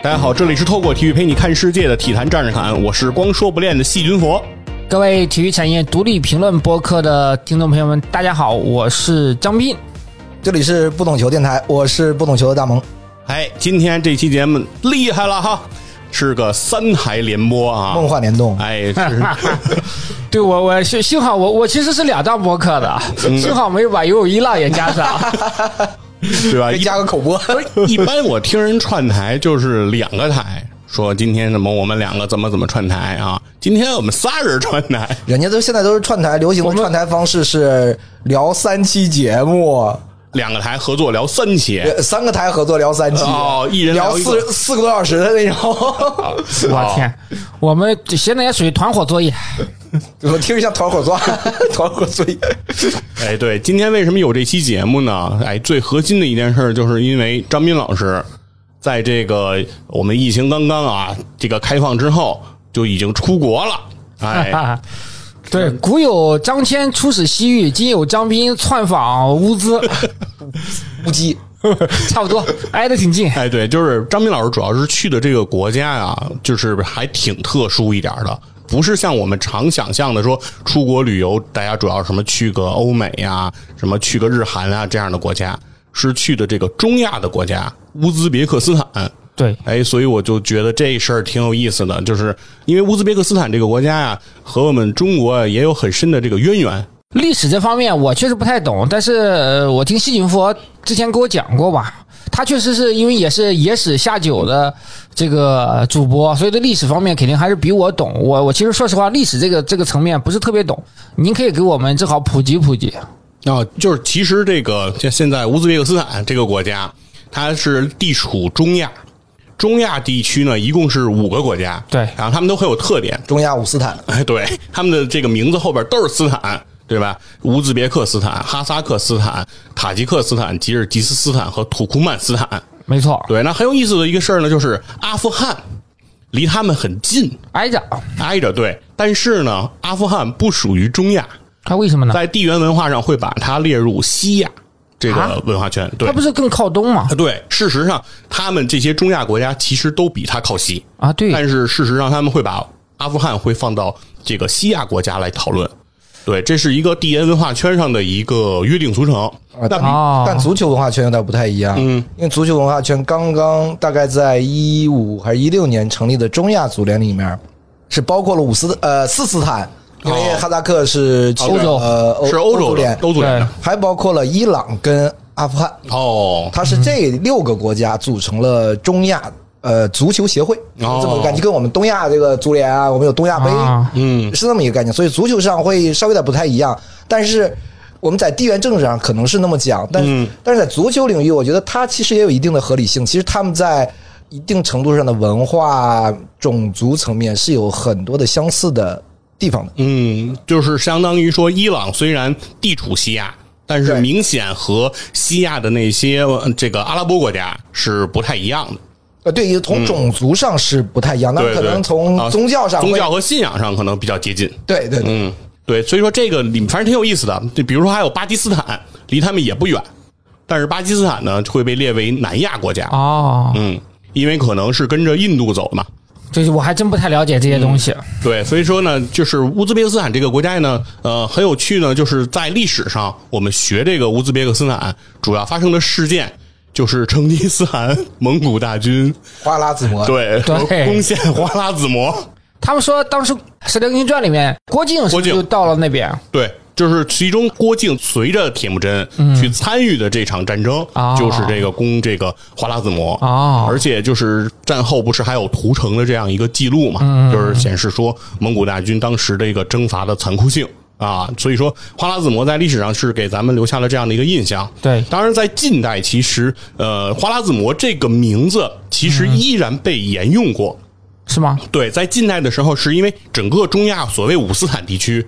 大家好，这里是透过体育陪你看世界的体坛战士侃，我是光说不练的细菌佛。各位体育产业独立评论播客的听众朋友们，大家好，我是张斌。这里是不懂球电台，我是不懂球的大萌。哎，今天这期节目厉害了哈，是个三台联播啊，梦幻联动哎，是对我，我幸幸好我我其实是两张播客的，幸好没有把游泳一浪也加上。对 吧？再一哎加个 口播，一般我听人串台就是两个台，说今天怎么我们两个怎么怎么串台啊，今天我们仨人串台，人家都现在都是串台，流行的串台方式是聊三期节目，两个台合作聊三期。呃三个台合作聊三期，哎哦一人聊聊一个四四个多小时的 那种，哦我天，我们现在也属于团伙作业。 我听着像团伙作 案，团伙作业。哎，对，今天为什么有这期节目呢？哎，最核心的一件事儿，就是因为张斌老师在这个我们疫情刚刚啊这个开放之后，就已经出国了。 哎，对，古有张骞出使西域，今有张斌窜访乌兹， 乌鸡，差不多挨得挺近。哎，对，就是张斌老师主要是去的这个国家啊，就是还挺特殊一点儿的，不是像我们常想象的说出国旅游，大家主要什么去个欧美呀、什么去个日韩啊这样的国家，是去的这个中亚的国家乌兹别克斯坦。对，哎，所以我就觉得这事儿挺有意思的，就是因为乌兹别克斯坦这个国家呀、和我们中国啊也有很深的这个渊源。历史这方面我确实不太懂，但是呃我听细菌佛之前给我讲过吧，他确实是因为也是野史下酒的这个主播，所以对历史方面肯定还是比我懂。我我其实说实话，历史这个这个层面不是特别懂，您可以给我们正好普及普及。啊，就是其实这个像现在乌兹别克斯坦这个国家，它是地处中亚，中亚地区呢一共是五个国家，对然后他们都很有特点，中亚五斯坦，哎，对，他们的这个名字后边都是斯坦，对吧？乌兹别克斯坦、哈萨克斯坦、塔吉克斯坦、吉尔吉斯斯坦和土库曼斯坦。没错，对，那很有意思的一个事儿呢，就是阿富汗离他们很近，挨着，挨着对，但是呢，阿富汗不属于中亚，他为什么呢？在地缘文化上会把它列入西亚这个啊文化圈。对他不，是更靠东吗？对，事实上，他们这些中亚国家其实都比它靠西，啊，对，但是事实上他们会把阿富汗会放到这个西亚国家来讨论。对，这是一个地缘文化圈上的一个约定俗成。那比哦但足球文化圈有点不太一样，嗯，因为足球文化圈刚刚大概在一五还是一六年成立的中亚足联里面，是包括了五斯呃四斯坦，因为哈萨克是哦欧洲呃欧是欧洲足的联，欧足联的还包括了伊朗跟阿富汗，哦，它是这六个国家组成了中亚呃足球协会，这哦么个概念，就跟我们东亚这个足联啊，我们有东亚杯，啊嗯，是那么一个概念，所以足球上会稍微有点不太一样，但是我们在地缘政治上可能是那么讲，但是、嗯但是在足球领域，我觉得它其实也有一定的合理性。其实他们在一定程度上的文化、种族层面是有很多的相似的地方的。嗯，就是相当于说，伊朗虽然地处西亚，但是对明显和西亚的那些呃这个阿拉伯国家是不太一样的。呃，对，也从种族上是不太一样，那嗯对，可对能从啊宗教上会、宗教和信仰上可能比较接近。对对对。嗯，对，所以说这个里反正挺有意思的。就比如说还有巴基斯坦，离他们也不远，但是巴基斯坦呢会被列为南亚国家。哦，嗯，因为可能是跟着印度走嘛。就是我还真不太了解这些东西。对，所以说呢，就是乌兹别克斯坦这个国家呢，呃，很有趣呢，就是在历史上我们学这个乌兹别克斯坦主要发生的事件，就是成吉思汗蒙古大军花剌子模，对对和 攻陷花剌子模，他们说当时《射雕英雄传》里面，郭靖是郭不靖是就到了那边？对。就是其中郭靖随着铁木真去参与的这场战争，嗯哦就是这个攻这个花剌子模，哦而且就是战后不是还有屠城的这样一个记录嗯嘛，就是显示说蒙古大军当时这个征伐的残酷性啊，所以说花剌子模在历史上是给咱们留下了这样的一个印象。对当然在近代其实呃花剌子模这个名字其实嗯依然被沿用过。是吗？对，在近代的时候，是因为整个中亚所谓五斯坦地区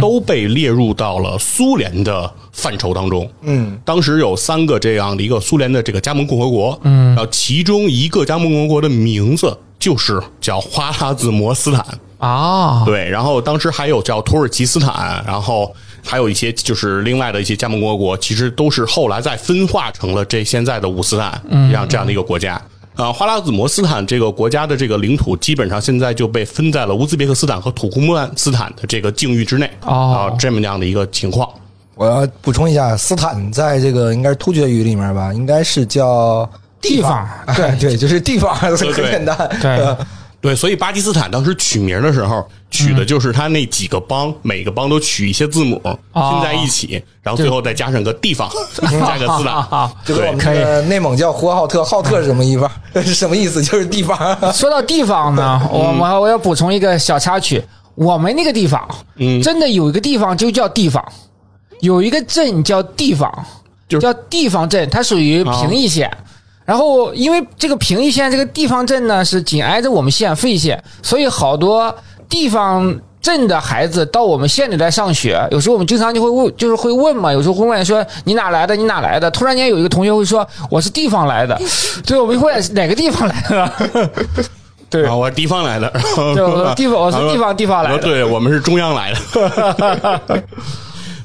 都被列入到了苏联的范畴当中。嗯，当时有三个这样的一个苏联的这个加盟共和国，嗯，然后其中一个加盟共和国的名字就是叫花剌子模斯坦。啊，对，然后当时还有叫土耳其斯坦，然后还有一些就是另外的一些加盟嗯共和国，其实都是后来再分化成了这现在的五斯坦这样这样的一个国家。呃，花剌子模斯坦这个国家的这个领土，基本上现在就被分在了乌兹别克斯坦和土库曼斯坦的这个境域之内哦啊、这么样的一个情况。我要补充一下，斯坦在这个应该是突厥语里面吧，应该是叫地方对、对，就是地方，很对对简单。对呃对，所以巴基斯坦当时取名的时候，取的就是他那几个邦，每个邦都取一些字母哦拼在一起，然后最后再加上个地 方，加个斯啊啊坦啊。就跟我对们，的内蒙叫呼和浩特，浩特是什么意思？是什么意思？就是地方。说到地方呢，嗯我我我要补充一个小插曲，我们那个地方，嗯真的有一个地方就叫地方，有一个镇叫地方，就是哦叫地方镇，它属于平邑县。然后，因为这个平邑县这个地方镇呢是紧挨着我们县费县，所以好多地方镇的孩子到我们县里来上学。有时候我们经常就会问，就是会问嘛，有时候会问说你哪来的？你哪来的？突然间有一个同学会说我是地方 来的，对，我们会问哪个地方来的？对啊，，我是地方来的，啊对我是地方我是地方地方来的我说对我们是中央来的。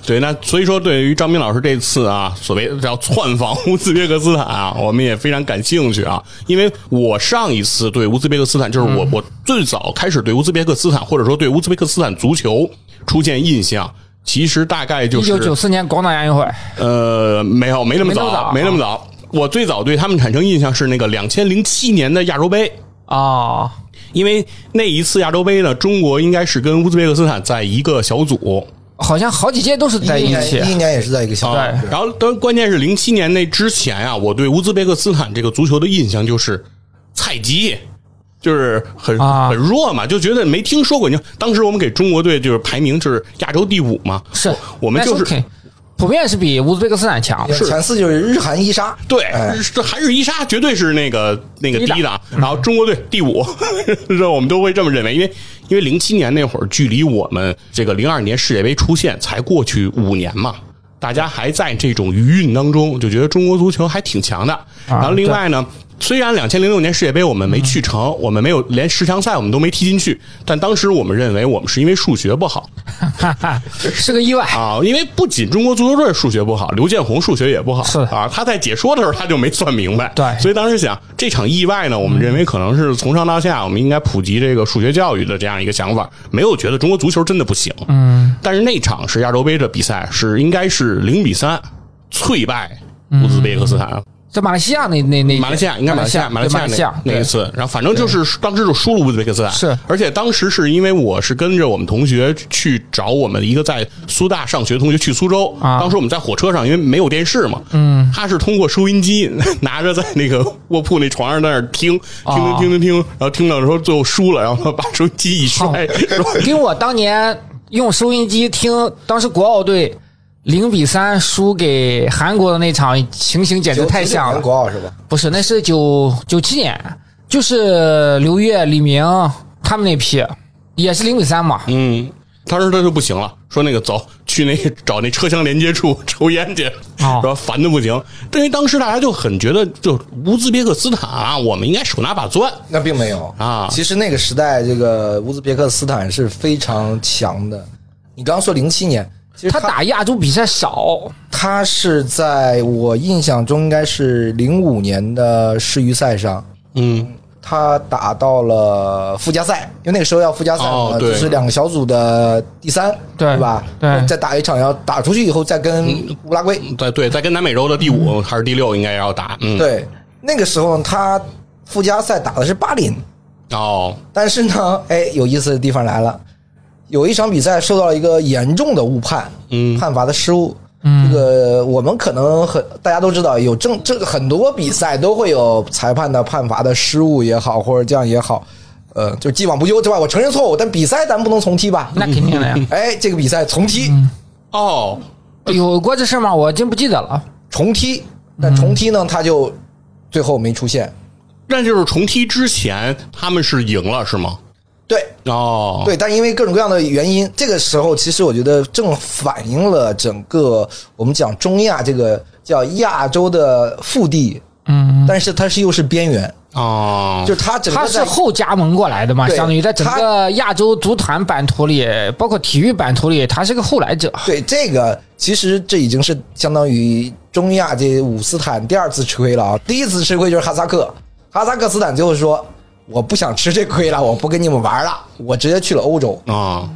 对，那所以说，对于张斌老师这次啊，所谓叫窜访乌兹别克斯坦啊，我们也非常感兴趣啊，因为我上一次对乌兹别克斯坦，就是嗯我、我最早开始对乌兹别克斯坦，或者说对乌兹别克斯坦足球出现印象，其实大概就一是九九四年广岛亚运会，呃，没有，没那么没那么早早，没那么早。我最早对他们产生印象是那个两千零七年的亚洲杯，啊因为那一次亚洲杯呢，中国应该是跟乌兹别克斯坦在一个小组。好像好几届都是在一年起一一年也是在一个小对然后，当然关键是零七年那之前啊，我对乌兹别克斯坦这个足球的印象就是菜鸡，就是很、啊很弱嘛，就觉得没听说过。你看当时我们给中国队就是排名就是亚洲第五嘛，是我们但就是 OK，普遍是比乌兹别克斯坦强，前四就是日韩伊沙，对哎，这韩日伊沙绝对是那个那个第一第档一档，然后中国队第五， 这我们都会这么认为，因为因为零七年那会儿，距离我们这个零二年世界杯出现才过去五年嘛。大家还在这种余韵当中，就觉得中国足球还挺强啊的。然后另外呢，虽然两千零六年世界杯我们没去嗯成，我们没有连十强赛我们都没踢进去，但当时我们认为我们是因为数学不好，哈哈，是个意外。啊，因为不仅中国足球队数学不好，刘建宏数学也不好，是啊，他在解说的时候他就没算明白，对所以当时想这场意外呢，我们认为可能是从上到下，我们应该普及这个数学教育的这样一个想法，没有觉得中国足球真的不行，嗯，但是那场是亚洲杯的比赛，是应该是零比三脆败乌兹别克斯坦，在马来西亚那那那马来西亚应该马来西亚，马马来西对马亚来西亚那那一对次，然后反正就是当时就输了乌兹别克斯坦，是而且当时是因为我是跟着我们同学去找我们一个在苏大上学的同学去苏州，啊当时我们在火车上，因为没有电视嘛，嗯，他是通过收音机 拿着在那个卧铺那床上在那儿听，听哦听听听听，然后听到说最后输了，然后他把收音机一摔， 说跟我当年用收音机听当时国奥队零比三输给韩国的那场情形简直太像了。国奥是吧？不是，那是九九七年，就是刘越、李明他们那批，也是零比三嘛。嗯，当时他就不行了，说那个走去那个找那车厢连接处 抽烟去，然哦后烦的不行。但是当时大家就很觉得，就乌兹别克斯坦啊，我们应该手拿把攥。那并没有啊其实那个时代，这个乌兹别克斯坦是非常强的。你刚刚说零七年，其实他他打亚洲比赛少，他是在我印象中应该是零五年的世预赛上，嗯，他打到了附加赛，因为那个时候要附加赛嘛，哦对就是两个小组的第三，对吧？对再打一场，要打出去以后再跟嗯乌拉圭，对对，在跟南美洲的第五还是第六应该要打。嗯，，对，那个时候他附加赛打的是巴林，哦，但是呢， 哎，有意思的地方来了，有一场比赛受到了一个严重的误判，嗯判罚的失误。嗯这个我们可能很大家都知道，有正这很多比赛都会有裁判的判罚的失误也好，或者这样也好，呃，就既往不咎，对吧？我承认错误，但比赛咱不能重踢吧？那肯定的呀。哎，这个比赛重踢，哦，有过这事儿吗？我真不记得了。重踢，但重踢呢，他就最后没出现。那就是重踢之前他们是赢了是吗？对，哦，，对，但因为各种各样的原因，这个时候其实我觉得正反映了整个我们讲中亚这个叫亚洲的腹地，嗯，但是它是又是边缘，哦，就是它整他个是在后加盟过来的嘛，对相当于在整个亚洲足坛版图里，包括体育版图里，他是个后来者。对这个，其实这已经是相当于中亚这五斯坦第二次吃亏了啊！第一次吃亏就是哈萨克，哈萨克斯坦最后说：“我不想吃这亏了，我不跟你们玩了，我直接去了欧洲。啊，”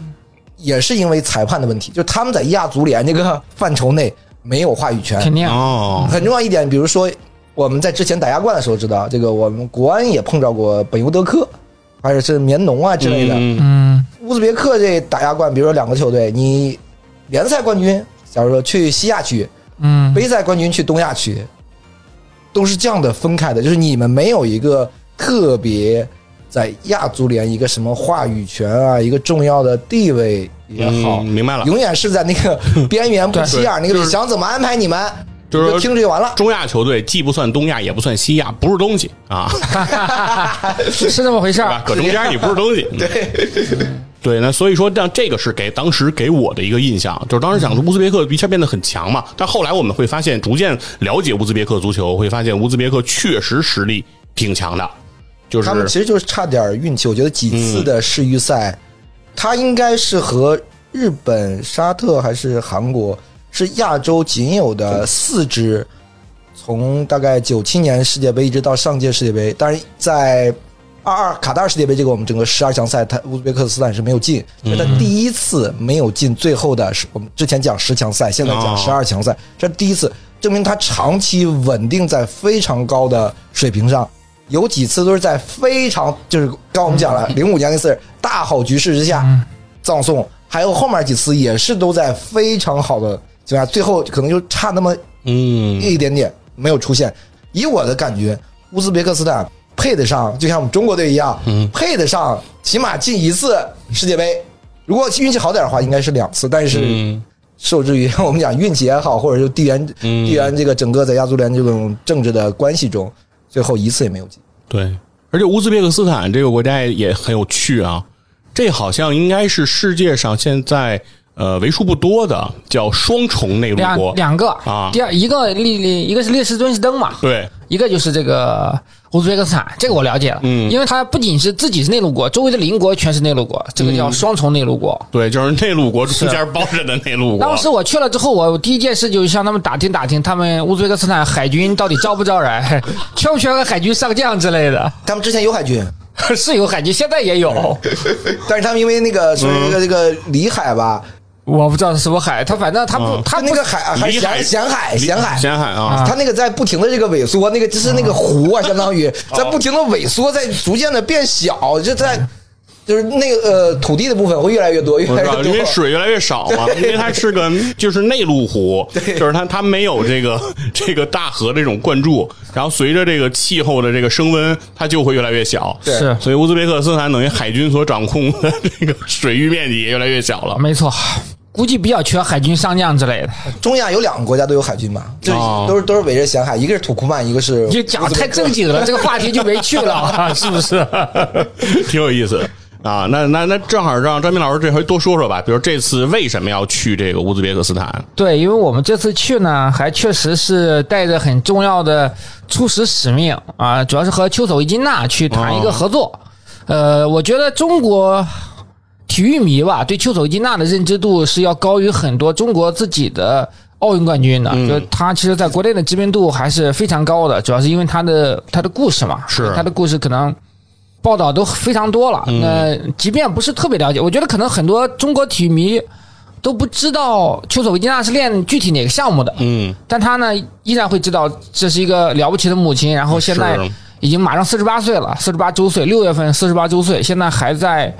也是因为裁判的问题，就他们在亚足联这个范畴内没有话语权，肯定哦，很重要一点，比如说我们在之前打亚冠的时候知道，这个我们国安也碰到过本尤德克，还者是棉农啊之类的。嗯嗯乌兹别克这打亚冠，比如说两个球队，你联赛冠军，假如说去西亚区，嗯杯赛冠军去东亚区，都是这样的分开的，就是你们没有一个特别在亚足联一个什么话语权啊，一个重要的地位也好，嗯明白了。永远是在那个边缘不起眼，那个就你是想怎么安排你们，就是你就听着就完了。中亚球队既不算东亚，也不算西亚，不是东西啊，啊是这么回事对儿吧？搁中间你不是东西。对对，那所以说，让这个是给当时给我的一个印象，就是当时想乌兹别克一下变得很强嘛，但后来我们会发现，逐渐了解乌兹别克足球，会发现乌兹别克确实实力挺强的，就是他们其实就是差点运气。我觉得几次的世预赛，他应该是和日本、沙特还是韩国是亚洲仅有的四支，从大概九七年世界杯一直到上届世界杯，但是在二二卡塔尔世界杯这个我们整个十二强赛，他乌兹别克斯坦是没有进，这是他第一次没有进最后的是我们之前讲十强赛，现在讲哦十二强赛，这是第一次，证明他长期稳定在非常高的水平上。有几次都是在非常就是刚刚我们讲了，零五年那次大好局势之下葬送，还有后面几次也是都在非常好的情况下，最后可能就差那么嗯一点点没有出现。以我的感觉，乌兹别克斯坦配得上，就像我们中国队一样，嗯配得上起码进一次世界杯。如果运气好点的话，应该是两次，但是嗯 受制于我们讲运气也好，或者就地缘嗯地缘这个整个在亚足联这种政治的关系中，最后一次也没有进。对，而且乌兹别克斯坦这个国家也很有趣啊，这好像应该是世界上现在呃为数不多的叫双重内陆两国，两个啊第二一个列列一个是列支敦士登嘛，对，一个就是这个乌兹别克斯坦，这个我了解了，嗯因为它不仅是自己是内陆国，周围的邻国全是内陆国，这个叫嗯双重内陆国。对，就是内陆国中间包着的内陆国。当时我去了之后，我第一件事就是向他们打听打听，他们乌兹别克斯坦海军到底招不招人， 缺不缺个海军上将之类的。他们之前有海军， 是有海军，现在也 有，但是他们因为那个说嗯这个这个里海吧，我不知道是什么海，他反正他不，嗯他就啊那个海还里海咸咸海咸海咸海啊，啊它那个在不停的这个萎缩，那个就是那个 湖啊，相当哦于在不停的萎缩，在逐渐的变小，就在就是那个呃土地的部分会越来越多，越我来知越道，因为多。水越来越少嘛，因为它是个就是内陆湖，就是它它没有这个这个大河这种灌注，然后随着这个气候的这个升温，它就会越来越小。对是所以乌兹别克斯坦等于海军所掌控的这个水域面积也越来越小了。没错，估计比较缺海军上将之类的。中亚有两个国家都有海军嘛，就是哦都是都是围着咸海，一个是土库曼，一个是你讲太正经了，这个话题就没趣 了， 是不是？挺有意思啊。那那那正好让张斌老师这回多说说吧，比如这次为什么要去这个乌兹别克斯坦？对，因为我们这次去呢，还确实是带着很重要的初始使命啊，主要是和丘索维金娜去谈一啊个合作。呃，我觉得中国体育迷吧，对丘索维金娜的认知度是要高于很多中国自己的奥运冠军的，就他其实在国内的知名度还是非常高的，主要是因为他的他的故事嘛，是他的故事可能。报道都非常多了，那即便不是特别了解，我觉得可能很多中国体育迷都不知道丘索维金娜是练具体哪个项目的，嗯，但他呢依然会知道这是一个了不起的母亲，然后现在是已经马上四十八岁了，四十八周岁，六月份四十八周岁，现在还在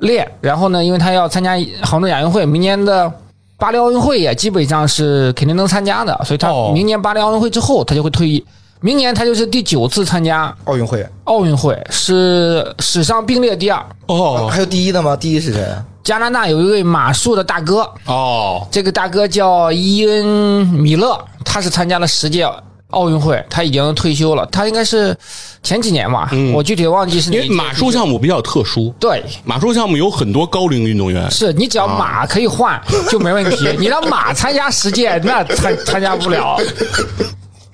练。然后呢，因为他要参加杭州亚运会，明年的巴黎奥运会也基本上是肯定能参加的，所以他哦明年巴黎奥运会之后他就会退役。明年他就是第九次参加奥运会，奥运会，是史上并列第二。哦还有第一的吗？第一是谁啊？加拿大有一位马术的大哥，哦，这个大哥叫伊恩·米勒，他是参加了十届奥运会，他已经退休了。他应该是前几年吧，我具体忘记是哪因一届。为马术项目比较特殊，对，马术项目有很多高龄运动员。是你只要马可以换就没问题，你让马参加十届那参参加不了。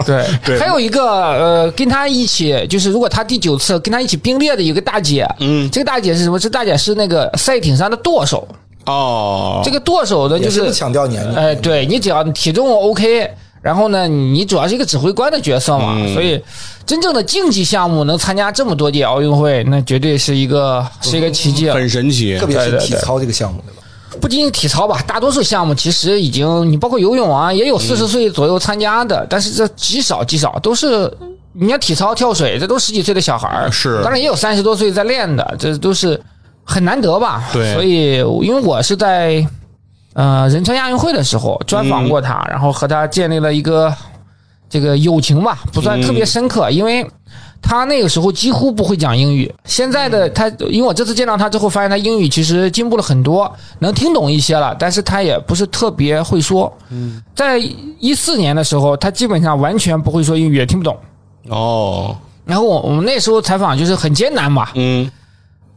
对，还有一个呃，跟他一起就是，如果他第九次跟他一起并列的有个大姐，嗯，这个大姐是什么？这大姐是那个赛艇上的舵手，哦，这个舵手的也就是不强调年龄，呃哎，对你只要体重 OK，然后呢，你主要是一个指挥官的角色嘛，所以真正的竞技项目能参加这么多届奥运会，那绝对是一个是一个奇迹。啊很神奇特。别对是对体对操这个项目，对吧？不仅是体操吧，大多数项目其实已经，你包括游泳啊，也有嗯四十岁左右参加的，但是这极少极少，都是你像体操、跳水，这都十几岁的小孩儿，啊是当然也有三十多岁在练的，这都是很难得吧？对所以因为我是在呃仁川亚运会的时候专访过他，嗯然后和他建立了一个这个友情吧，不算特别深刻，因为。他那个时候几乎不会讲英语，现在的他，因为我这次见到他之后，发现他英语其实进步了很多，能听懂一些了，但是他也不是特别会说。嗯，在一四年的时候，他基本上完全不会说英语，也听不懂。哦，然后我我们那时候采访就是很艰难嘛，嗯，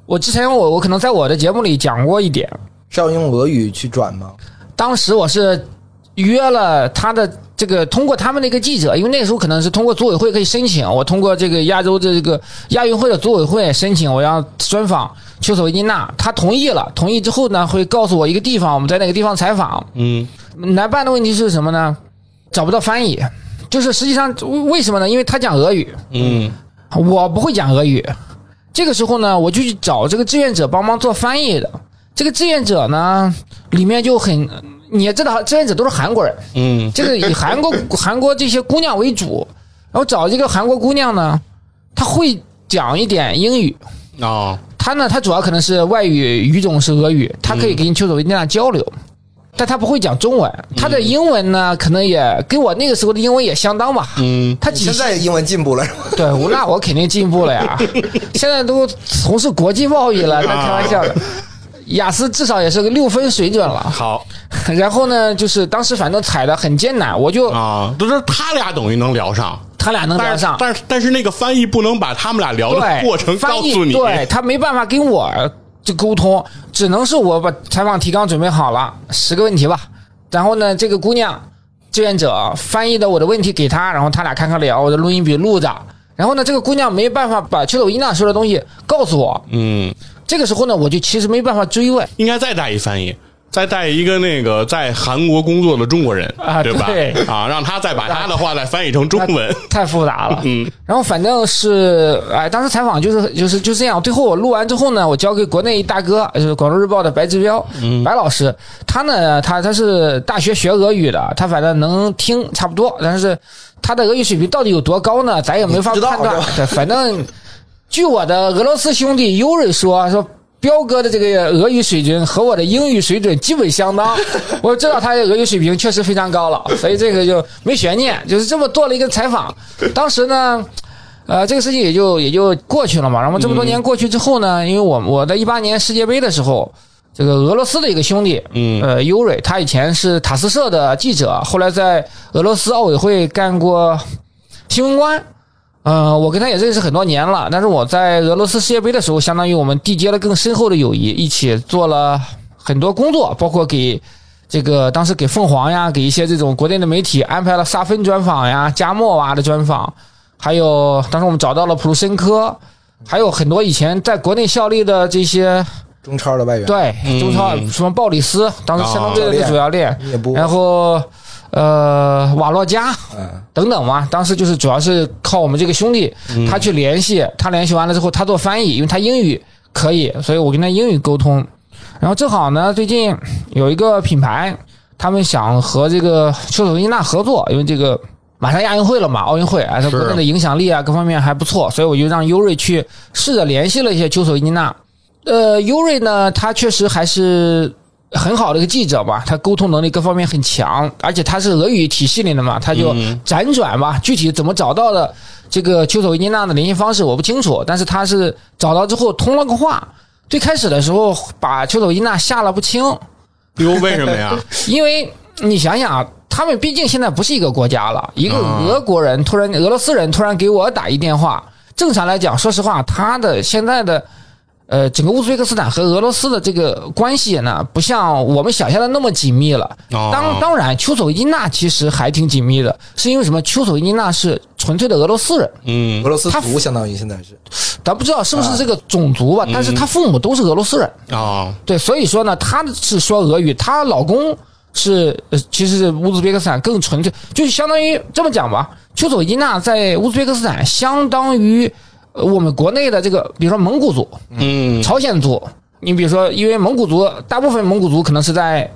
我之前我我可能在我的节目里讲过一点，是要用俄语去转吗？当时我是约了他的这个通过他们的一个记者，因为那个时候可能是通过组委会可以申请，我通过这个亚洲的这个亚运会的组委会申请，我要专访丘索维金娜，他同意了，同意之后呢会告诉我一个地方，我们在哪个地方采访。嗯，难办的问题是什么呢？找不到翻译，就是实际上为为什么呢？因为他讲俄语，嗯，啊我不会讲俄语。这个时候呢，我就去找这个志愿者帮忙做翻译的。这个志愿者呢，里面就很，你也知道，志愿者都是韩国人，嗯，这个以韩国 韩国这些姑娘为主。然后找一个韩国姑娘呢，她会讲一点英语，哦，她呢，她主要可能是外语语种是俄语，她可以跟丘索维尼娜交流。但她不会讲中文，嗯她的英文呢，可能也跟我那个时候的英文也相当吧。嗯，她你几现在英文进步了是 吗？对，我那我肯定进步了呀！现在都从事国际贸易了，那啊开玩笑的。雅思至少也是个六分水准了， 好然后呢，就是当时反正踩的很艰难，我就啊，就是他俩等于能聊上，他俩能聊但是上，但是但是那个翻译不能把他们俩聊的过程对，翻告译诉你，对他没办法跟我就沟通，只能是我把采访提纲准备好了，十个问题吧。然后呢，这个姑娘志愿者翻译的我的问题给她，然后他俩看看聊，我的录音笔录着。然后呢，这个姑娘没办法把丘斗伊娜说的东西告诉我，嗯，这个时候呢，我就其实没办法追问应该再带一翻译。再带一个那个在韩国工作的中国人啊对吧？对啊，让他再把他的话再翻译成中 文。太复杂了。嗯，然后反正是哎，当时采访就是就是就这样。最后我录完之后呢，我交给国内一大哥，就是广州日报的白志彪、白老师，他呢，他他是大学学俄语的，他反正能听差不多，但是他的俄语水平到底有多高呢，咱也没法不知道判断对吧。对，反正据我的俄罗斯兄弟尤瑞说说。彪哥的这个俄语水准和我的英语水准基本 相当，我知道他的俄语水平确实非常高了，所以这个就没悬念，就是这么做了一个采访。当时呢，呃，这个事情也就也就过去了嘛。然后这么多年过去之后呢，因为我我在一八年世界杯的时候，这个俄罗斯的一个兄弟，嗯呃，尤蕊，他以前是塔斯社的记者，后来在俄罗斯奥委会干过新闻官。呃，我跟他也认识很多年了，但是我在俄罗斯世界杯的时候，相当于我们缔结了更深厚的友谊，一起做了很多工作，包括给这个当时给凤凰呀，给一些这种国内的媒体安排了萨芬专访呀、加莫娃的专访，还有当时我们找到了普鲁申科，还有很多以前在国内效力的这些中超的外援，对嗯中超什么鲍里斯，当时山东队的那主哦教练，你也不然后呃瓦洛加嗯，等等嘛，当时就是主要是靠我们这个兄弟嗯他去联系，他联系完了之后他做翻译，因为他英语可以，所以我跟他英语沟通。然后正好呢，最近有一个品牌，他们想和这个丘索维尼娜合作，因为这个马上亚运会了嘛，奥运会啊，它是国内的影响力啊各方面还不错，所以我就让优瑞去试着联系了一些丘索维尼娜。呃，优瑞呢，他确实还是很好的一个记者吧，他沟通能力各方面很强，而且他是俄语体系里的嘛，他就辗转吧，具体怎么找到的这个丘索维尼娜的联系方式我不清楚，但是他是找到之后通了个话。最开始的时候把丘索维尼娜吓了不轻，哟，为什么呀？因为你想想啊，他们毕竟现在不是一个国家了，一个啊俄国人突然、俄罗斯人突然给我打一电话，正常来讲，说实话，他的现在的。呃，整个乌兹别克斯坦和俄罗斯的这个关系呢，不像我们想象的那么紧密了。哦当当然，丘索维金娜其实还挺紧密的，是因为什么？丘索维金娜是纯粹的俄罗斯人，嗯俄罗斯他足相当于现在是咱不知道是不是这个种族嗯吧，但是她父母都是俄罗斯人，啊，对，所以说呢，她是说俄语，她老公是呃，其实是乌兹别克斯坦更纯粹，就是相当于这么讲吧，丘索伊纳在乌兹别克斯坦相当于呃我们国内的这个，比如说蒙古族、嗯，朝鲜族，你比如说，因为蒙古族大部分蒙古族可能是在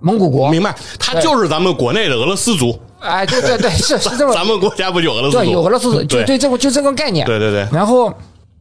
蒙古国，明白，他就是咱们国内的俄罗斯族，哎，对对对，是是这 么咱们国家不就俄罗斯族？对，有俄罗斯族，就对对这个就这个概念。对对对 然后，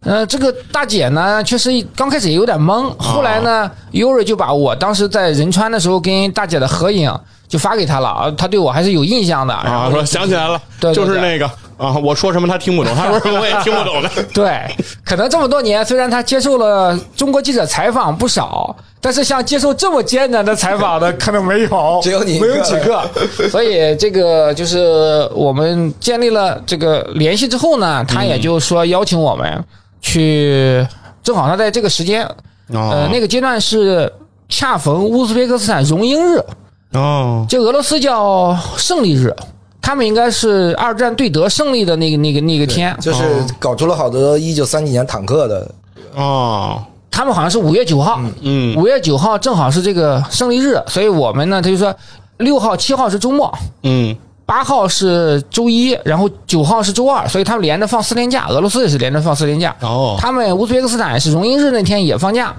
呃，这个大姐呢，确实刚开始也有点懵，后来呢，Yuri 就把我当时在仁川的时候跟大姐的合影就发给她了，啊，她对我还是有印象的。然啊，后说想起来了，对对就是对那个啊，我说什么他听不懂，他说什么我也听不懂的。对，可能这么多年，虽然她接受了中国记者采访不少，但是像接受这么艰难的采访的可能没有，只有你一个没有几个。所以这个就是我们建立了这个联系之后呢，她也就说邀请我们去，正好她在这个时间， 哦呃，那个阶段是恰逢乌兹别克斯坦荣膺日，哦，这俄罗斯叫胜利日。他们应该是二战对德胜利的那个、那个、那个天，就是搞出了好多一九三几年坦克的，哦，他们好像是五月九号，嗯五月九号正好是这个胜利日，所以我们呢，他就说六号、七号是周末，嗯，八号是周一，然后九号是周二，所以他们连着放四天假，俄罗斯也是连着放四天假。哦，他们乌兹别克斯坦是荣膺日那天也放假，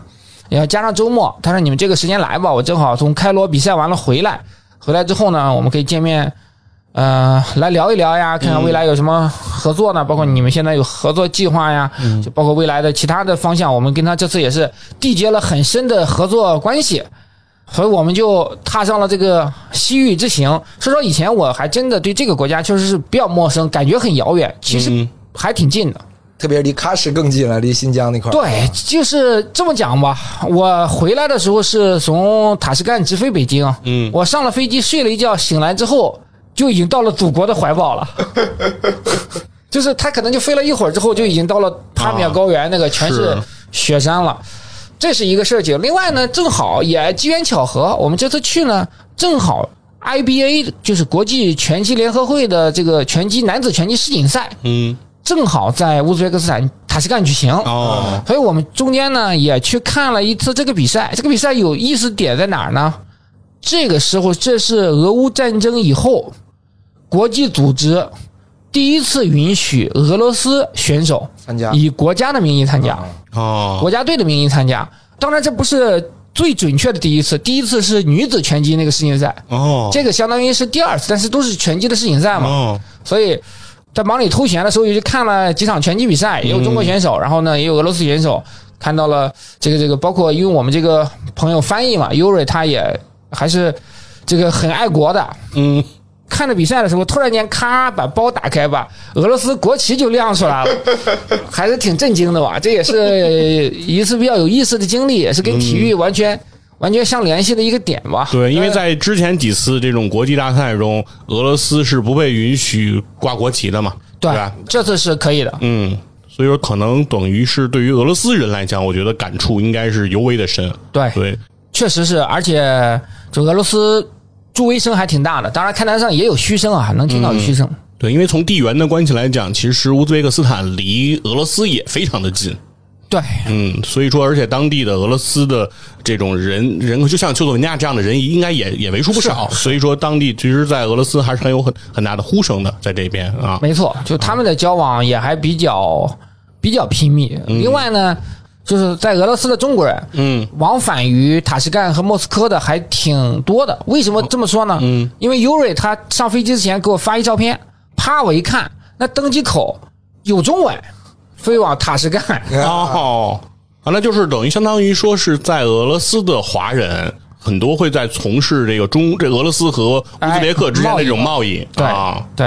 然后加上周末，他说你们这个时间来吧，我正好从开罗比赛完了回来，回来之后呢，我们可以见面，呃，来聊一聊嗯呀，看看未来有什么合作呢？包括你们现在有合作计划呀，嗯就包括未来的其他的方向，我们跟他这次也是缔结了很深的合作关系。所以我们就踏上了这个西域之行。说说以前我还真的对这个国家确实是比较陌生，感觉很遥远，其实嗯还挺近的。特别是离喀什更近了，离新疆那块儿。啊对，就是这么讲吧。我回来的时候是从塔什干直飞北京，嗯我上了飞机睡了一觉，醒来之后就已经到了祖国的 怀抱了。就是他可能就飞了一会儿之后，就已经到了帕米尔高原，那个全是是雪山了。这是一个事情。另外呢，正好也机缘巧合，我们这次去呢，正好 IBA 就是国际拳击联合会的这个拳击男子拳击世锦赛，嗯，正好在乌兹别克斯坦塔什干举行。哦，所以我们中间呢也去看了一次这个比赛。这个比赛有意思点在哪儿呢？这个时候，这是俄乌战争以后，国际组织第一次允许俄罗斯选手参加以国家的名义参加，哦，国家队的名义参加。当然，这不是最准确的第一次，第一次是女子拳击那个世锦赛，哦，这个相当于是第二次，但是都是拳击的世锦赛嘛。哦，所以在忙里偷闲的时候，也就看了几场拳击比赛，也有中国选手，然后呢也有俄罗斯选手，看到了这个这个，包括因为我们这个朋友翻译嘛，Yuri 他也还是这个很爱国的。嗯，看着比赛的时候，突然间咔把包打开吧，俄罗斯国旗就亮出来了，还是挺震惊的吧？这也是一次比较有意思的经历，也是跟体育完全完全相联系的一个点吧。对，因为在之前几次这种国际大赛中，俄罗斯是不被允许挂国旗的嘛，对吧？，这次是可以的。嗯，所以说可能等于是对于俄罗斯人来讲，我觉得感触应该是尤为的深。对对，确实是，而且就俄罗斯助威声还挺大的，当然看台上也有嘘声啊，能听到有嘘声。对，因为从地缘的关系来讲，其实乌兹别克斯坦离俄罗斯也非常的近。对，嗯，所以说，而且当地的俄罗斯的这种人人口，就像丘索文尼亚这样的人，应该也也为数不啊少。所以说，当地其实，在俄罗斯还是很有很很大的呼声的，在这边啊。没错，就他们的交往也还比较比较频密。另外呢，就是在俄罗斯的中国人，嗯，往返于塔什干和莫斯科的还挺多的。为什么这么说呢？嗯，因为尤瑞他上飞机之前给我发一照片，啪我一看，那登机口有中文，飞往塔什干。哦，啊，那就是等于相当于说是在俄罗斯的华人很多会在从事这个中这俄罗斯和乌兹别克之间的这种贸易、哎对、啊。对，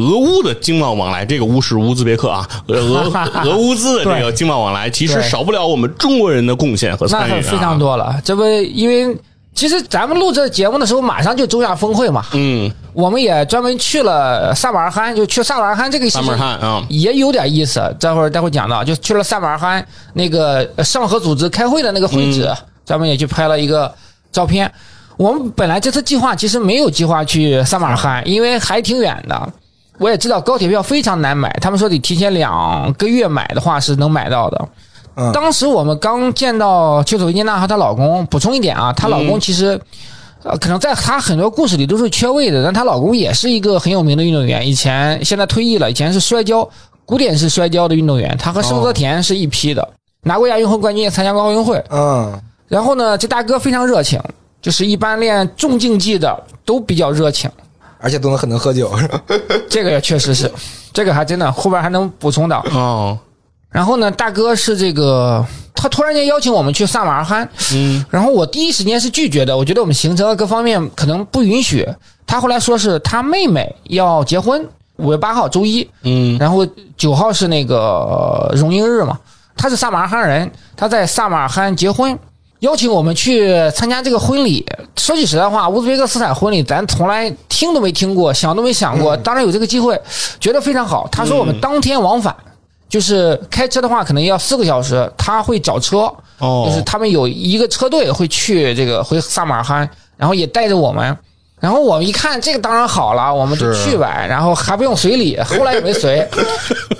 俄乌的经贸往来，这个乌是乌兹别克 啊，俄俄俄乌兹的这个经贸往来，其实对少不了我们中国人的贡献和参那与、啊，很非常多了。这不因为其实咱们录这节目的时候，马上就中亚峰会嘛，嗯，我们也专门去了萨马尔罕，就去萨马尔罕这个萨事马尔情罕啊，也有点意思，待会儿待会儿讲到，就去了萨马尔罕那个呃上合组织开会的那个会址，嗯咱们也去拍了一个照片。我们本来这次计划其实没有计划去萨马尔罕，因为还挺远的。我也知道高铁票非常难买，他们说得提前两个月买的话是能买到的。嗯当时我们刚见到丘索维尼娜和她老公，补充一点啊，她老公其实、呃，可能在她很多故事里都是缺位的，但她老公也是一个很有名的运动员，以前现在退役了，以前是摔跤，古典式摔跤的运动员，他和盛泽田是一批的，拿过亚运会冠军，参加过奥运会。嗯然后呢，这大哥非常热情，就是一般练重竞技的都比较热情，而且都能很能喝酒，啊这个也确实是，这个还真的后边还能补充到。哦，然后呢，大哥是这个，他突然间邀请我们去萨马尔罕，嗯，然后我第一时间是拒绝的，我觉得我们行程各方面可能不允许。他后来说是他妹妹要结婚，五月八号周一，嗯然后九号是那个呃荣膺日嘛，他是萨马尔罕人，他在萨马尔罕结婚，邀请我们去参加这个婚礼。说句实在话，乌兹别克斯坦婚礼咱从来听都没听过，想都没想过。当然有这个机会，觉得非常好。他说我们当天往返，就是开车的话可能要四个小时，他会找车，哦，就是他们有一个车队会去这个回萨马尔罕，然后也带着我们。然后我们一看，这个当然好了，我们就是去呗，然后还不用随礼，后来也 没随。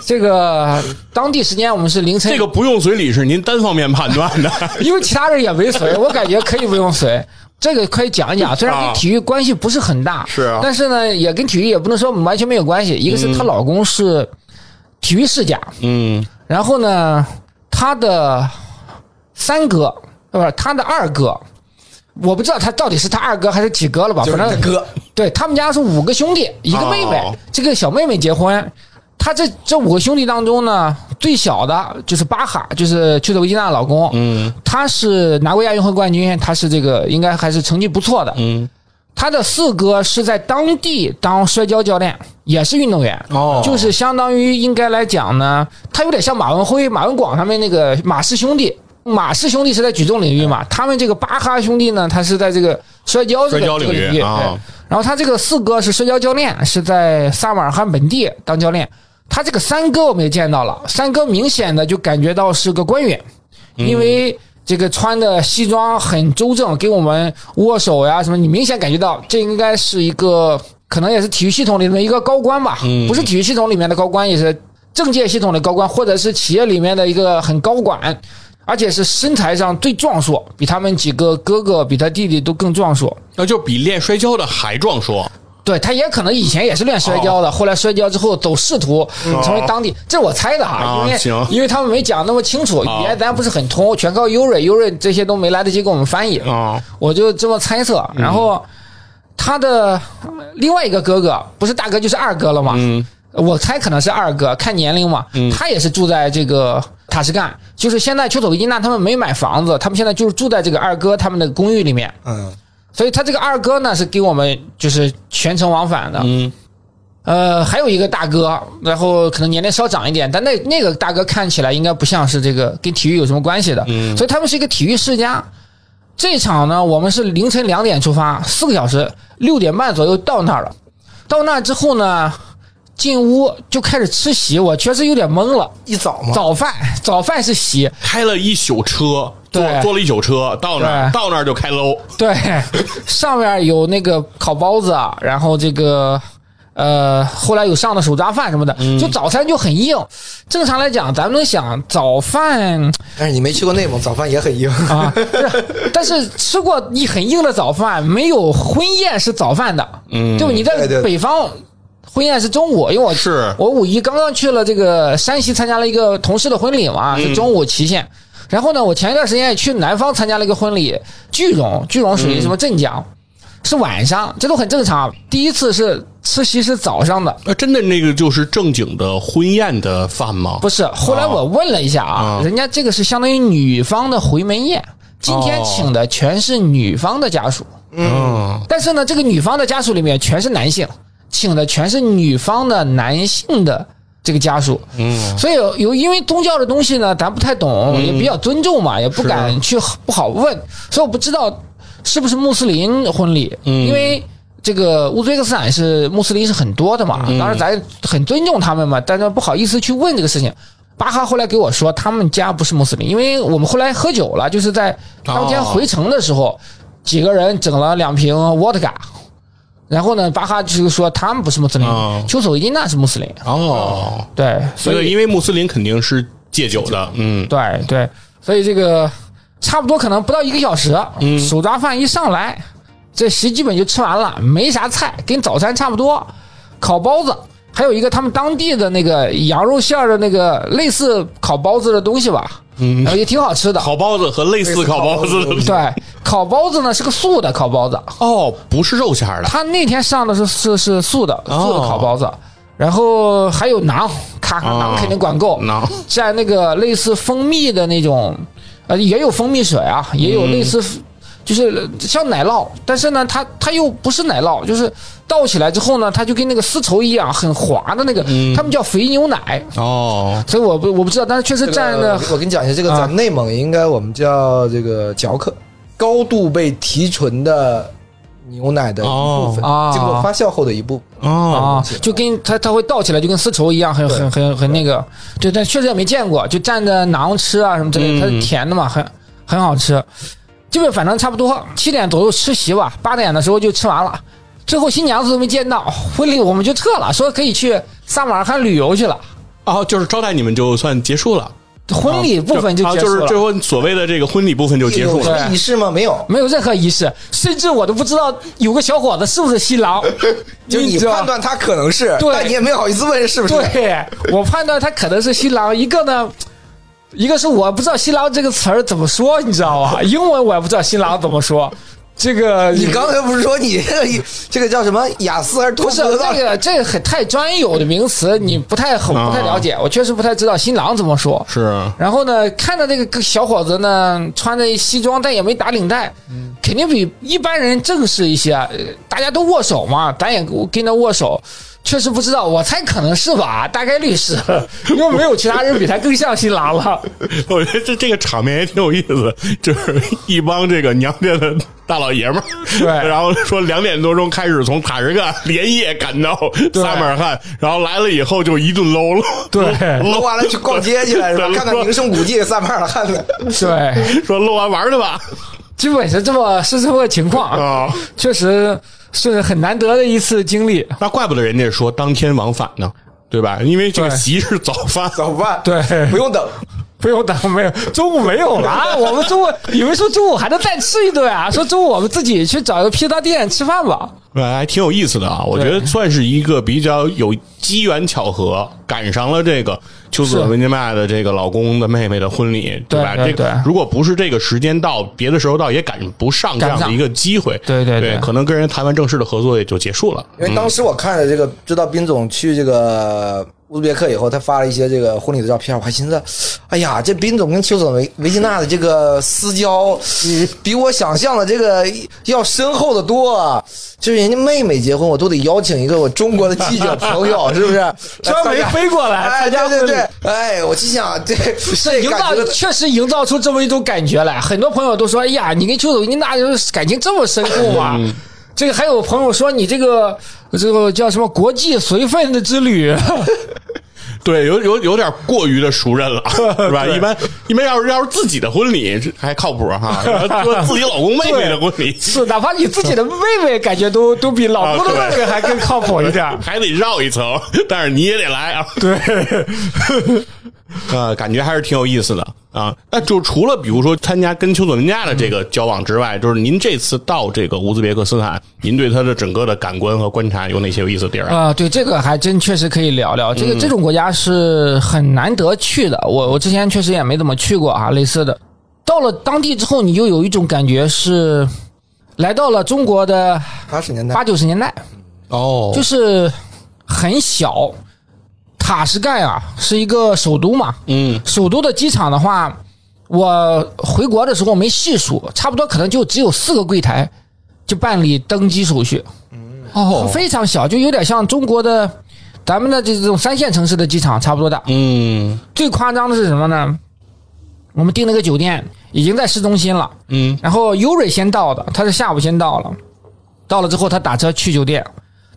这个当地时间我们是凌晨，这个不用随礼是您单方面判断的， 因为其他人也没随，我感觉可以不用随。这个可以讲一讲，虽然跟体育关系不是很大，是啊但是呢，也跟体育也不能说完全没有关系。一个是她老公是体育世家，嗯然后呢，她的三哥，呃不是她的二哥，我不知道他到底是他二哥还是几哥了吧，就是反你的正哥，对他们家是五个兄弟，一个妹妹，哦这个小妹妹结婚。他这这五个兄弟当中呢，最小的就是巴哈，就是丘特维金娜的老公，嗯他是拿过亚运会冠军，他是这个应该还是成绩不错的。嗯，他的四哥是在当地当摔跤教练，也是运动员，哦就是相当于应该来讲呢，他有点像马文辉、马文广他们那个马氏兄弟。马氏兄弟是在举重领域嘛，他们这个巴哈兄弟呢，他是在这个摔跤这哎摔个跤领这个域域啊对然后他这个四哥是摔跤教练，是在萨马尔罕本地当教练。他这个三哥我们也见到了，三哥明显的就感觉到是个官员，因为这个穿的西装很周正，给我们握手呀什么，你明显感觉到这应该是一个可能也是体育系统里面一个高官吧，不是体育系统里面的高官，也是政界系统的高官，或者是企业里面的一个很高管，而且是身材上最壮硕，比他们几个哥哥比他弟弟都更壮硕。那就比练摔跤的还壮硕，对他也可能以前也是练摔跤哦的，后来摔跤之后走仕途，成为当地，这我猜的啊哈，因行为因为他们没讲那么清楚，啊语言咱不是很通，全靠优瑞，优瑞这些都没来得及给我们翻译，啊我就这么猜测。嗯然后他的另外一个哥哥，不是大哥就是二哥了嘛，嗯我猜可能是二哥，看年龄嘛，他也是住在这个塔什干，就是现在丘索维金娜他们没买房子，他们现在就是住在这个二哥他们的公寓里面。嗯，所以他这个二哥呢是给我们就是全程往返的，嗯呃，还有一个大哥，然后可能年龄稍长一点，但那那个大哥看起来应该不像是这个跟体育有什么关系的，所以他们是一个体育世家。这场呢，我们是凌晨两点出发，四个小时，六点半左右到那儿了。到那儿之后呢，进屋就开始吃席，我确实有点懵了。一早嘛，早饭，早饭是席，开了一宿车，坐对坐了一宿车，到那儿对到那儿就开搂，对，上面有那个烤包子，然后这个呃，后来有上的手抓饭什么的，就早餐就很硬。正常来讲，咱们能想早饭但是你没去过内蒙，早饭也很硬。 啊，不是 但是吃过一很硬的早饭，没有婚宴是早饭的，嗯对吧？你在对对北方。婚宴是中午，因为我是我五一刚刚去了这个山西参加了一个同事的婚礼嗯嘛，是中午期限。然后呢，我前一段时间也去南方参加了一个婚礼，句容，句容属于什么镇江，嗯是晚上，这都很正常。第一次是吃席是早上的，那真的那个就是正经的婚宴的饭吗？不是，后哦来我问了一下啊，啊人家这个是相当于女方的回门宴，今哦天请的全是女方的家属，嗯，但是呢，这个女方的家属里面全是男性，请的全是女方的男性的这个家属，嗯，所以有有因为宗教的东西呢，咱不太懂，也比较尊重嘛，也不敢去不好问，所以我不知道是不是穆斯林婚礼，因为。这个乌兹别克斯坦是穆斯林是很多的嘛，当然咱很尊重他们嘛，但是不好意思去问这个事情。巴哈后来给我说，他们家不是穆斯林，因为我们后来喝酒了，就是在当天回程的时候，几个人整了两瓶沃特嘎，然后呢，巴哈就说他们不是穆斯林哦，丘索维金娜是穆斯林，哦，对，所所以以因为穆斯林肯定是戒酒的，嗯对嗯对，所以这个差不多可能不到一个小时，手抓饭一上来，这席基本就吃完了，没啥菜，跟早餐差不多，烤包子，还有一个他们当地的那个羊肉馅儿的那个类似烤包子的东西吧，嗯，也挺好吃的。烤包子和类似烤包子类的对，烤包子呢是个素的烤包子，哦，不是肉馅儿的，他那天上的是是是素的素的烤包子，然后还有馕，咔咔哦馕肯定管够，馕蘸那个类似蜂蜜的那种，呃，也有蜂蜜水啊，也有类似。嗯就是呃像奶酪，但是呢，它它又不是奶酪，就是倒起来之后呢，它就跟那个丝绸一样，很滑的那个，嗯他们叫肥牛奶，哦，所以我不我不知道，但是确实这个蘸的我我跟你讲一下，这个啊咱们内蒙应该我们叫这个嚼克，高度被提纯的牛奶的一部分，哦啊经过发酵后的一部分。哦，啊，就跟它它会倒起来，就跟丝绸一样，很对很很很那个，对，但确实也没见过，就蘸着馕吃啊什么之类的，它是嗯甜的嘛，很很好吃。基本反正差不多七点左右吃席吧，八点的时候就吃完了。最后新娘子都没见到，婚礼我们就撤了，说可以去撒马尔罕旅游去了。哦，就是招待你们就算结束了，婚礼部分就啊结就束是了，最后所谓的这个婚礼部分就结束有什了。么仪式吗？没有，没有任何仪式，甚至我都不知道有个小伙子是不是 新郎，就你知道吗判断他可能是，对但你也没好意思问是不是。 对我判断他可能是新郎，一个呢，一个是我不知道“新郎”这个词儿怎么说，你知道吧？英文我也不知道“新郎”怎么说。这个你刚才不是说你这个叫什么雅思还是托不福是的这个这个很太专有的名词，你不太很啊不太了解，我确实不太知道“新郎”怎么说。是， 然后呢，看着这个小伙子呢，穿着西装，但也没打领带，肯定比一般人正式一些。呃大家都握手嘛，咱也跟着握手。确实不知道，我猜可能是吧，大概率是， 因为没有其他人比他更像新郎了。我觉得这这个场面也挺有意思，就是一帮这个娘家的大老爷们儿，对 然后说两点多钟开始从塔什干连夜赶到撒马尔罕，然后来了以后就一顿搂搂，对搂完了去逛街去了是吧？对看看名胜古迹，撒马尔罕的。对，说搂完玩儿去吧，基本是这么是这么个情况，啊，确实是很难得的一次经历。那怪不得人家说当天往返呢，对吧？因为这个 对席是早饭，早饭对嗯不用等，不用等，没有中午没有了， 我们中午以为说中午还能再吃一顿啊，说中午我们自己去找个披萨店吃饭吧。呃，还挺有意思的啊！我觉得算是一个比较有机缘巧合，赶上了这个丘斯是文尼曼的这个老公的妹妹的婚礼，对吧？对这个对如果不是这个时间到，别的时候到也赶不上这样的一个机会。对对对对哎可能跟人谈完正式的合作也就结束了。因为当时我看了这个，知道斌总去这个乌兹别克以后，他发了一些这个婚礼的照片，我还寻思，哎呀，这斌总跟邱总维维吉娜的这个私交，嗯比我想象的这个要深厚的多啊！就是人家妹妹结婚，我都得邀请一个我中国的记者朋友，是不 哎是？专门来参加飞过来哎，参加对对婚礼对，哎，我心想，这这营感造觉确实营造出这么一种感觉来，很多朋友都说：“哎呀，你跟邱总，你那就是感情这么深厚吗？”嗯这个还有朋友说你这个这个叫什么国际随份子之旅， 对，有有有点过于的熟认 了，是吧？一般一般要是要是自己的婚礼这还靠谱 哈，然后说自己老公妹妹的婚礼是哪怕你自己的妹妹，感觉都都比老公的啊对妹妹还更靠谱一点。还得绕一层，但是你也得来啊。对， 呃，感觉还是挺有意思的啊。那就除了比如说参加跟丘索文加的这个交往之外，就是您这次到这个乌兹别克斯坦，您对他的整个的感官和观察有哪些有意思的地儿啊？啊、对这个还真确实可以聊聊。这个这种国家是很难得去的，我我之前确实也没怎么去过啊，类似的。到了当地之后，你就有一种感觉是来到了中国的八十年代八九十年代，哦就是很小。塔什干啊，是一个首都嘛，嗯，首都的机场的话，我回国的时候没细数，差不多可能就只有四个柜台，就办理登机手续。哦，非常小，就有点像中国的咱们的这种三线城市的机场差不多大。嗯最夸张的是什么呢？我们订了个酒店，已经在市中心了。嗯，然后优瑞先到的，他是下午先到了，到了之后他打车去酒店，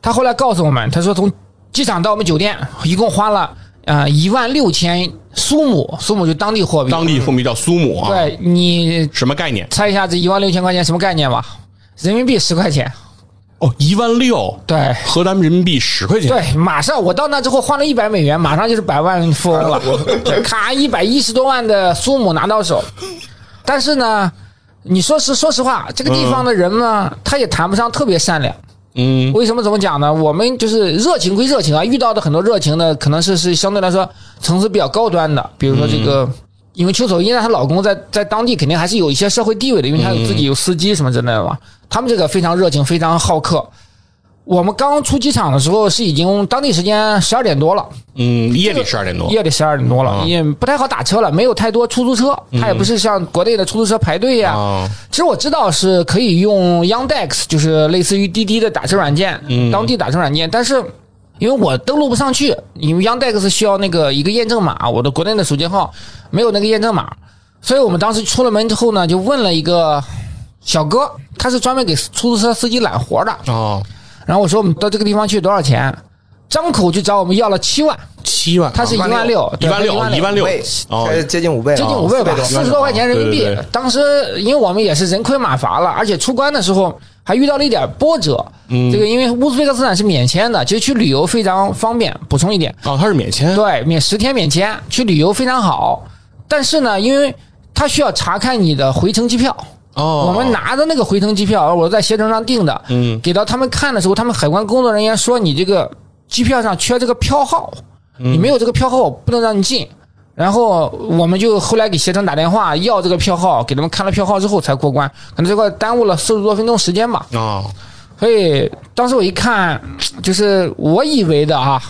他后来告诉我们，他说从机场到我们酒店一共花了呃一万六千苏姆，苏姆就当地货币。当地风靡叫苏姆啊，，对你什么概念？猜一下这一万六千块钱什么概念吧？人民币十块钱，哦，一万六，对。合咱们人民币十块钱，对，马上我到那之后换了一百美元，马上就是百万富翁 了，对咔，一百一十多万的苏姆拿到手。但是呢，你说实说实话，这个地方的人呢，他也谈不上特别善良。嗯为什么怎么讲呢？我们就是热情归热情啊，遇到的很多热情呢，可能是是相对来说层次比较高端的，比如说这个，因为邱守一呢，她老公在在当地肯定还是有一些社会地位的，因为他有自己有司机什么之类的嘛。他们这个非常热情，非常好客。我们刚出机场的时候是已经当地时间十二点多了，嗯，夜里十二点多，夜里十二点多了，嗯也不太好打车了，没有太多出租车，它也不是像国内的出租车排队呀、啊，其实我知道是可以用 Yandex，就是类似于滴滴的打车软件，嗯当地打车软件，但是。因为我登录不上去，因为 Yandex 需要那个一个验证码，我的国内的手机号没有那个验证码，所以我们当时出了门之后呢，就问了一个小哥，他是专门给出租车司机揽活的。哦，然后我说我们到这个地方去多少钱，张口就找我们要了七万，七万，啊他是一万六，一对万一万六，一万六倍，，哦，才接近五哎倍了啊，接近五倍吧，四四十多块钱人民币对对对。当时因为我们也是人亏马乏了，而且出关的时候还遇到了一点波折。这个因为乌兹别克斯坦是免签的，其实去旅游非常方便。补充一点，哦，他是免签，对，免十天免签，去旅游非常好。但是呢，因为它需要查看你的回程机票。哦，我们拿着那个回程机票，我在携程上订的，嗯给到他们看的时候，他们海关工作人员说你这个机票上缺这个票号，你没有这个票号，我不能让你进。然后我们就后来给携程打电话要这个票号，给他们看了票号之后才过关，可能这个耽误了四十多分钟时间吧。哦，所以当时我一看，就是我以为的啊，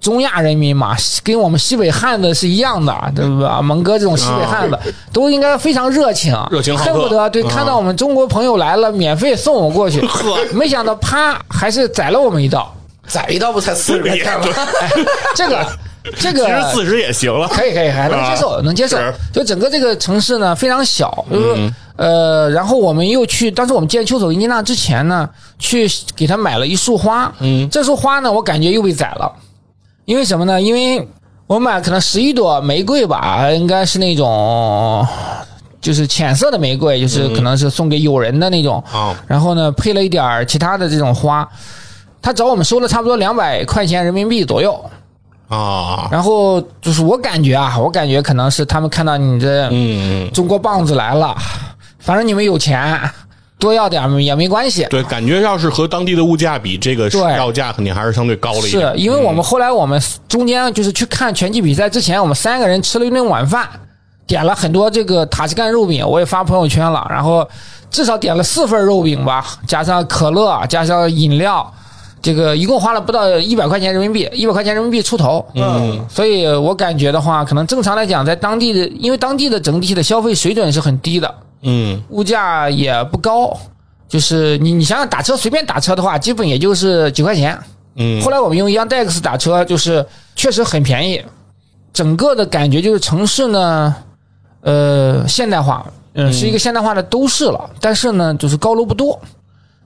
中亚人民嘛，跟我们西北汉子是一样的，对吧？蒙哥这种西北汉子、都应该非常热情，啊啊热情好客恨不得对、嗯看到我们中国朋友来了，免费送我 过去。没想到啪，还是宰了我们一刀。宰一刀不才四十块钱吗？这个，这其个实四十也行了，可以可以，还能接受，能接受是。就整个这个城市呢非常小，就是、呃，然后我们又去，当时我们见丘索伊涅娜之前呢，去给他买了一束花。嗯，这束花呢，我感觉又被宰了，因为什么呢？因为我买可能十一朵玫瑰吧，应该是那种。就是浅色的玫瑰，就是可能是送给友人的那种，哦然后呢配了一点儿其他的这种花，他找我们收了差不多两百块钱人民币左右，啊，然后就是我感觉啊，我感觉可能是他们看到你这嗯，中国棒子来了，反正你们有钱，多要点儿也没关系。对，感觉要是和当地的物价比，这个对药价肯定还是相对高了一是点，因为我们后来我们中间就是去看拳击比赛之前，我们三个人吃了一顿晚嗯饭，点了很多这个塔什干肉饼，我也发朋友圈了，然后至少点了四份肉饼吧，加上可乐，加上饮料。这个一共花了不到一百块钱人民币，一百块钱人民币出头，嗯，所以我感觉的话，可能正常来讲，在当地的，因为当地的整体的消费水准是很低的，嗯，物价也不高，就是你你想想打车随便打车的话，基本也就是几块钱。嗯后来我们用 Yandex 打车，就是确实很便宜。整个的感觉就是城市呢，呃，现代化，嗯，是一个现代化的都市了。但是呢，就是高楼不多，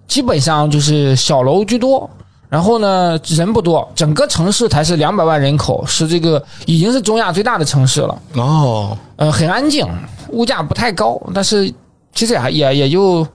基本上就是小楼居多。然后呢，人不多，整个城市才是两百万人口，是这个已经是中亚最大的城市了。哦，呃，很安静，物价不太高，但是其实也还也也就，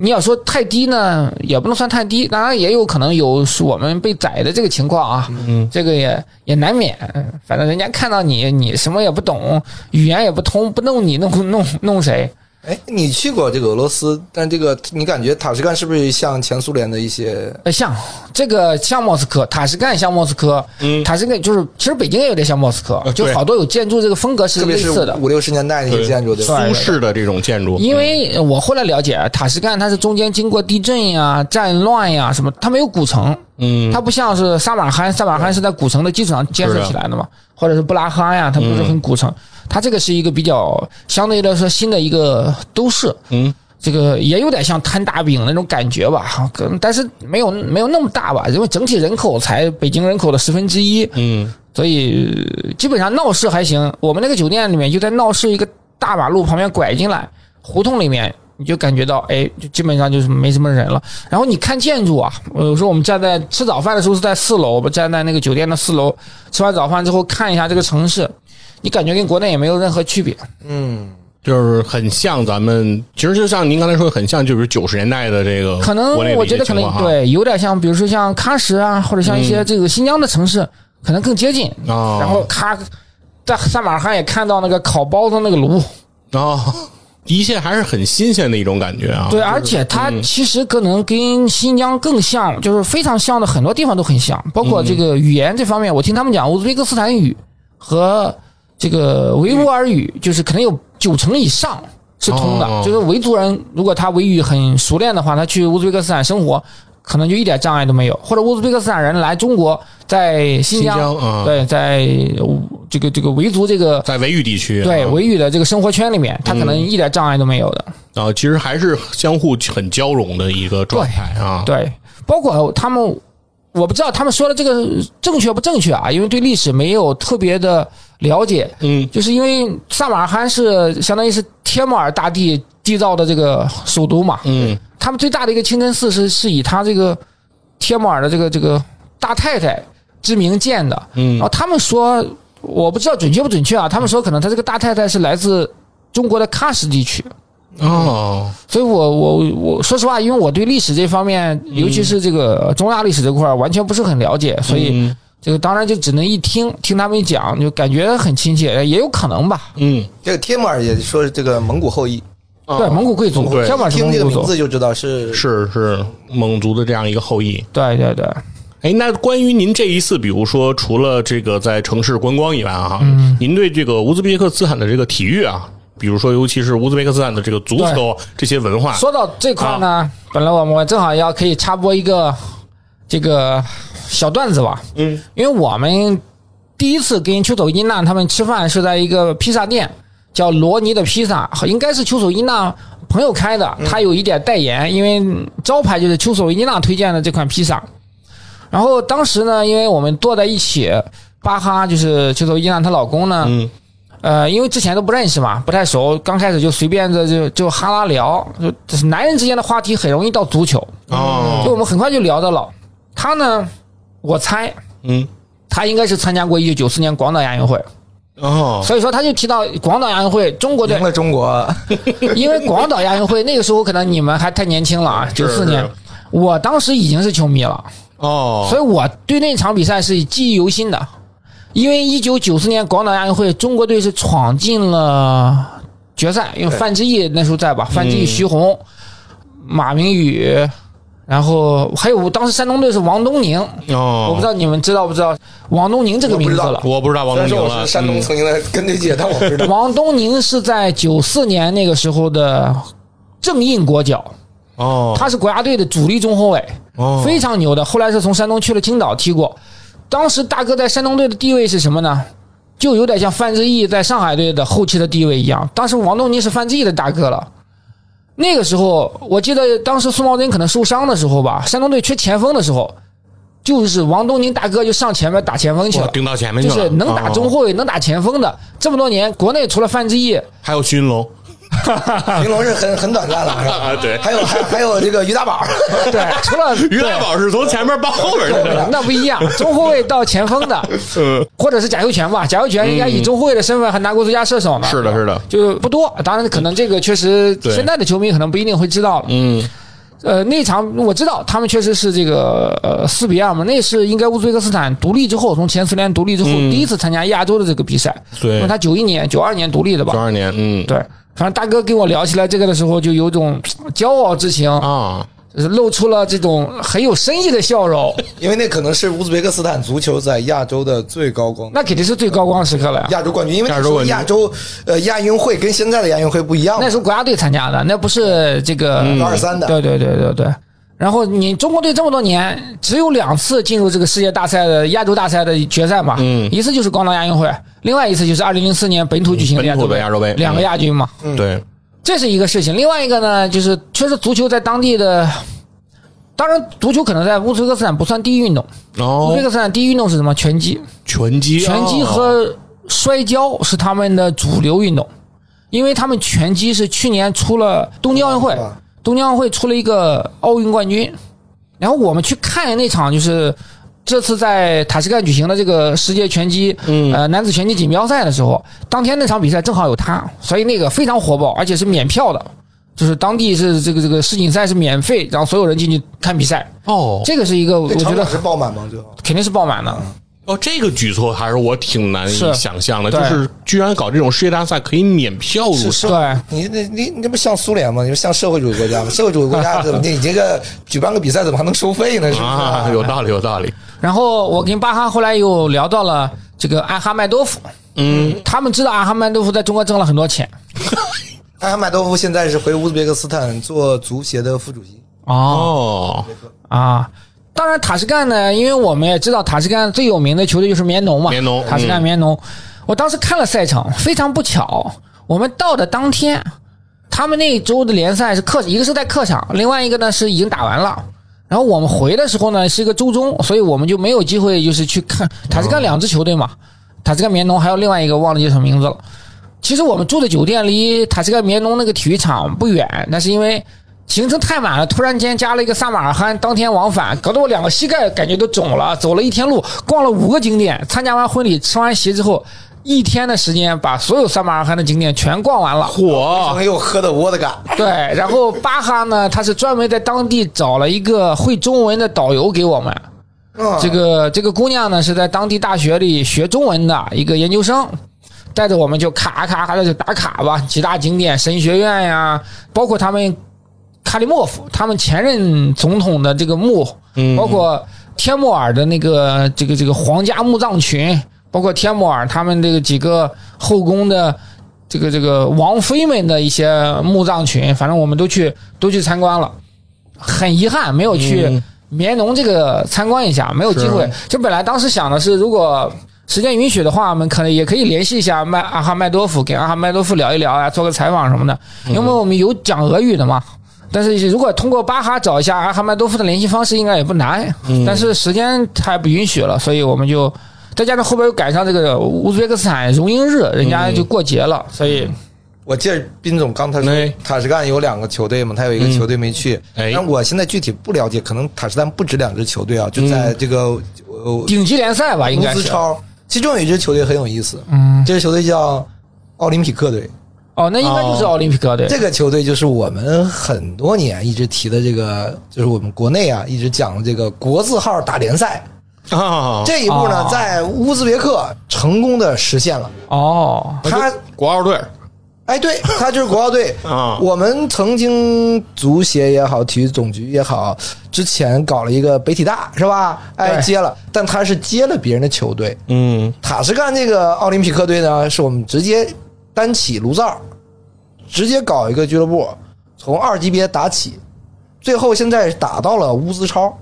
你要说太低呢，也不能算太低，当然也有可能有是我们被宰的这个情况啊，嗯，这个也也难免，反正人家看到你，你什么也不懂，语言也不通，不弄你弄弄弄谁？哎，你去过这个俄罗斯，但这个你感觉塔什干是不是像前苏联的一些？呃，像这个像莫斯科，塔什干像莫斯科，嗯，塔什干就是其实北京也有点像莫斯科，就对好多有建筑这个风格是特别类是似的，五六十年代那些建筑，对啊吧？对苏式的这种建筑，因为我后来了解，塔什干它是中间经过地震呀、战乱呀什么，它没有古城，嗯，它不像是萨马罕，萨马罕是在古城的基础上建设起来的嘛，或者是布拉哈呀，它不是很古城，它这个是一个比较相对来说新的一个都市，嗯，这个也有点像摊大饼那种感觉吧，可能但是没有没有那么大吧，因为整体人口才北京人口的十分之一，嗯所以呃基本上闹市还行。我们那个酒店里面就在闹市一个大马路旁边拐进来，胡同里面你就感觉到，哎，就基本上就是没什么人了。然后你看建筑啊，呃有时候我们站在吃早饭的时候是在四楼，我们站在那个酒店的四楼，吃完早饭之后看一下这个城市，你感觉跟国内也没有任何区别。嗯，就是很像咱们，其实就像您刚才说，的，很像就是九十年代的这个可能国内的我一觉些得可情能况哈对，有点像，比如说像喀什啊，或者像一些这个新疆的城市，嗯可能更接近。哦然后咔，在萨马尔罕也看到那个烤包子那个炉。哦，一切还是很新鲜的一种感觉啊。对，而且它其实可能跟新疆更像，就是非常像的，很多地方都很像，包括嗯这个语言这方面，我听他们讲乌兹别克斯坦语和这个维吾尔语，就是可能有九成以上是哦通的。就是维族人如果他维语很熟练的话，他去乌兹别克斯坦生活。可能就一点障碍都没有，或者乌兹别克斯坦人来中国，在新疆，新疆啊对，在这个这个维族这个在维语地区啊，嗯对维语的这个生活圈里面，他可能一点障碍都没有的。啊，其实还是相互很交融的一个状态啊。对，包括他们，我不知道他们说的这个正确不正确啊，因为对历史没有特别的了解。嗯，就是因为萨马尔罕是相当于是帖木儿大帝缔造的这个首都嘛，嗯，他们最大的一个清真寺是是以他这个帖木儿的这个这个大太太之名建的，嗯然后他们说我不知道准确不准确啊，他们说可能他这个大太太是来自中国的喀什地区，哦，所以我我我说实话，因为我对历史这方面，尤其是这个中亚历史这块儿完全不是很了解，所以嗯嗯这个当然就只能一听听他们一讲，就感觉很亲切，也有可能吧。嗯，这个帖木儿也说是这个蒙古后裔，对，蒙古贵族，哦对要么是听蒙这个古名族，字就知道是是是蒙族的这样一个后裔。对对对。哎，那关于您这一次，比如说除了这个在城市观光以外啊，嗯您对这个乌兹别克斯坦的这个体育啊，比如说尤其是乌兹别克斯坦的这个足球这些文化，说到这块儿啊呢，本来我们正好要可以插播一个这个小段子吧，嗯，因为我们第一次跟丘索伊娜他们吃饭是在一个披萨店，叫罗尼的披萨，应该是丘索伊娜朋友开嗯的，他有一点代言，因为招牌就是丘索伊娜推荐的这款披萨。然后当时呢，因为我们坐在一起，巴哈就是丘索伊娜她老公呢，嗯呃，因为之前都不认识嘛，不太熟，刚开始就随便的就就哈拉聊，就就是男人之间的话题很容易到足球，所以我哦，们很快就聊到了。他呢，我猜嗯他应该是参加过一九九四年广岛亚运会，哦，所以说他就提到广岛亚运会中国队赢，了中国，因为广岛亚运会那个时候可能你们还太年轻了啊，九是四年是，我当时已经是球迷了，哦，所以我对那场比赛是记忆犹新的，因为一九九四年广岛亚运会，中国队是闯进了决赛，因为范志毅那时候在吧，范志嗯毅、徐宏、马明宇，然后还有当时山东队是王东宁，哦，我不知道你们知道不知道王东宁这个名字了。我不知道王虽然东宁说我了，嗯嗯是山东曾经的跟队姐，但我不知道。 王东宁是在九四年那个时候的正印国脚，嗯哦，他是国家队的主力中后卫。哦非常牛的。后来是从山东去了青岛踢过。当时大哥在山东队的地位是什么呢？就有点像范志毅在上海队的后期的地位一样。当时王东尼是范志毅的大哥了。那个时候，我记得当时苏茂贞可能受伤的时候吧，山东队缺前锋的时候，就是王东宁大哥就上前面打前锋去我了，盯到前面去就了，是能打中哦，后卫、能打前锋的。这么多年，国内除了范志毅，还有徐云龙，玲珑是很很短暂了，是啊吧？对还有还还有这个于大 宝，对，除了于大宝是从前面抱后边去对的，那不一样，中后卫到前锋的，嗯，或者是贾秀全吧，贾秀全应该以中后卫的身份还拿过最佳射手呢。是的，是的，就不多。当然，可能这个确实对现在的球迷可能不一定会知道了。嗯，呃，那场我知道他们确实是这个呃四比二嘛，那是应该乌兹别克斯坦独立之后，从前苏联独立之后、嗯第一次参加亚洲的这个比赛。因对为，他九一年、九二年独立的九吧？二年，嗯，对，反正大哥跟我聊起来这个的时候，就有种呃骄傲之情，啊，就是露出了这种很有深意的 笑容。因为那可能是乌兹别克斯坦足球在亚洲的最高光。那肯定是最高光时刻了呀。亚洲冠军，因为亚洲冠军亚洲呃亚运会跟现在的亚运会不一样嘛，那时候国家队参加的，那不是这个嗯高二三的，对对对对对。然后你中国队这么多年，只有两次进入这个世界大赛的亚洲大赛的决赛嘛，嗯一次就是广岛亚运会，另外一次就是二零零四年本土举行的嗯亚本洲土的杯，亚洲杯两个亚军嘛，对，这是一个事情。另外一个呢，就是确实足球在当地的，当然足球可能在乌兹别克斯坦不算第一运动，乌兹哦别，克斯坦第一运动是什么？拳击，拳击，拳击哦和摔跤是他们的主流运动，因为他们拳击是去年出了东京奥运会哦哇，东京奥运会出了一个奥运冠军，然后我们去看那场就是这次在塔什干举行的这个世界拳击，嗯、呃男子拳击锦标赛的时候，当天那场比赛正好有他，所以那个非常火爆，而且是免票的。就是当地是这个这个世锦赛是免费，让所有人进去看比赛，哦，这个是一个我这觉场得馆是爆满吗？最后肯定是爆满的。哦，这个举措还是我挺难以是想象的，就对是居然搞这种世界大赛可以免票入场，嗯对，你那你你这不像苏联吗？你不像社会主义国 家吗？社会主义国家怎么你这个举办个比赛怎么还能收费呢？是不是？啊，有道理，有道理。然后我跟巴哈后来又聊到了这个阿哈麦多夫，嗯，他们知道阿哈麦多夫在中国挣了很多钱艾哈迈多夫现在是回乌兹别克斯坦做足协的副主席。哦哦，啊。当然，塔什干呢，因为我们也知道塔什干最有名的球队就是棉农嘛，棉农塔什干嗯棉农。我当时看了赛场，非常不巧，我们到的当天，他们那一周的联赛是客，一个是在客场，另外一个呢是已经打完了。然后我们回的时候呢是一个周中，所以我们就没有机会就是去看塔斯干两支球队嘛，塔斯干棉农还有另外一个忘了叫什么名字了。其实我们住的酒店离塔斯干棉农那个体育场不远，那是因为行程太满了，突然间加了一个撒马尔罕，当天往返，搞得我两个膝盖感觉都肿了。走了一天路，逛了五个景点，参加完婚礼，吃完席之后，一天的时间把所有撒马尔罕的景点全逛完了。火朋友喝的沃德嘎，对，然后巴哈呢，他是专门在当地找了一个会中文的导游给我们。嗯这个这个姑娘呢是在当地大学里学中文的一个研究生，带着我们就咔咔咔的就打卡吧，几大景点神学院呀，包括他们卡里莫夫他们前任总统的这个墓，嗯包括天穆尔的那个这个这个皇家墓葬群，包括天穆尔他们这个几个后宫的。这个这个王妃们的一些墓葬群，反正我们都去都去参观了，很遗憾没有去棉农这个参观一下，没有机会。就本来当时想的是，如果时间允许的话，我们可能也可以联系一下麦阿哈麦多夫，给阿哈麦多夫聊一聊啊，做个采访什么的，嗯因为我们有讲俄语的嘛。但是如果通过巴哈找一下阿哈麦多夫的联系方式，应该也不难。嗯但是时间还不允许了，所以我们就再加上后边又赶上这个乌兹别克斯坦荣英日，人家就过节嗯了，所以我记得斌总刚才哎说塔什干有两个球队嘛，他有一嗯个球队没去，哎但我现在具体不了解，可能塔什干不止两支球队啊，就在这个呃顶级联赛嗯吧，应乌该兹是。啊超，其中有一支球队很有意思，嗯，这支球队叫奥林匹克队，哦，那应该就是奥林匹克队。这个球队就是我们很多年一直提的这个，就是我们国内啊一直讲的这个国字号打联赛啊！这一步呢哦，在乌兹别克成功的实现了。哦，他国奥队哎，对，他就是国奥队啊我们曾经足协也好，体育总局也好，之前搞了一个北体大是吧？哎，对接了，但他是接了别人的球队。嗯，塔什干这个奥林匹克队呢，是我们直接单起炉灶，直接搞一个俱乐部，从二级别打起，最后现在打到了乌兹超。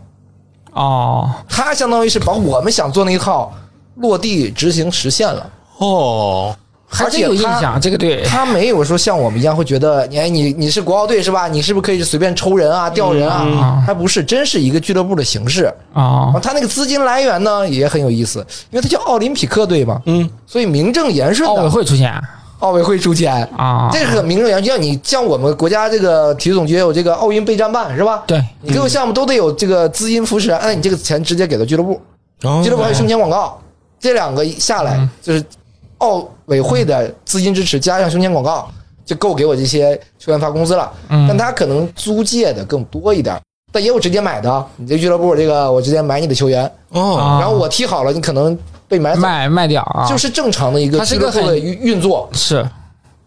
哦，他相当于是把我们想做那一套落地执行实现了。哦，还而真且有印他象，这个队他没有说像我们一样会觉得，你哎，你你是国奥队是吧？你是不是可以随便抽人啊、调人嗯啊？还不是，真是一个俱乐部的形式。啊啊，他那个资金来源呢也很有意思，因为他叫奥林匹克队嘛，嗯，所以名正言顺奥委的哦会出现奥委会出钱，啊，这个名正言顺。像你像我们国家这个体育总局也有这个奥运备战办是吧？对你各个项目都得有这个资金扶持，哎，你这个钱直接给到俱乐部，俱哦乐部还有胸前广告，这两个一下嗯来就是奥委会的资金支持加上胸前广告，就够给我这些球员发工资了。嗯但他可能租借的更多一点，但也有直接买的啊。你这俱乐部这个我直接买你的球员，哦，啊然后我踢好了，你可能被买走，卖卖掉啊，就是正常的一个它是俱一个乐部的很运运作。是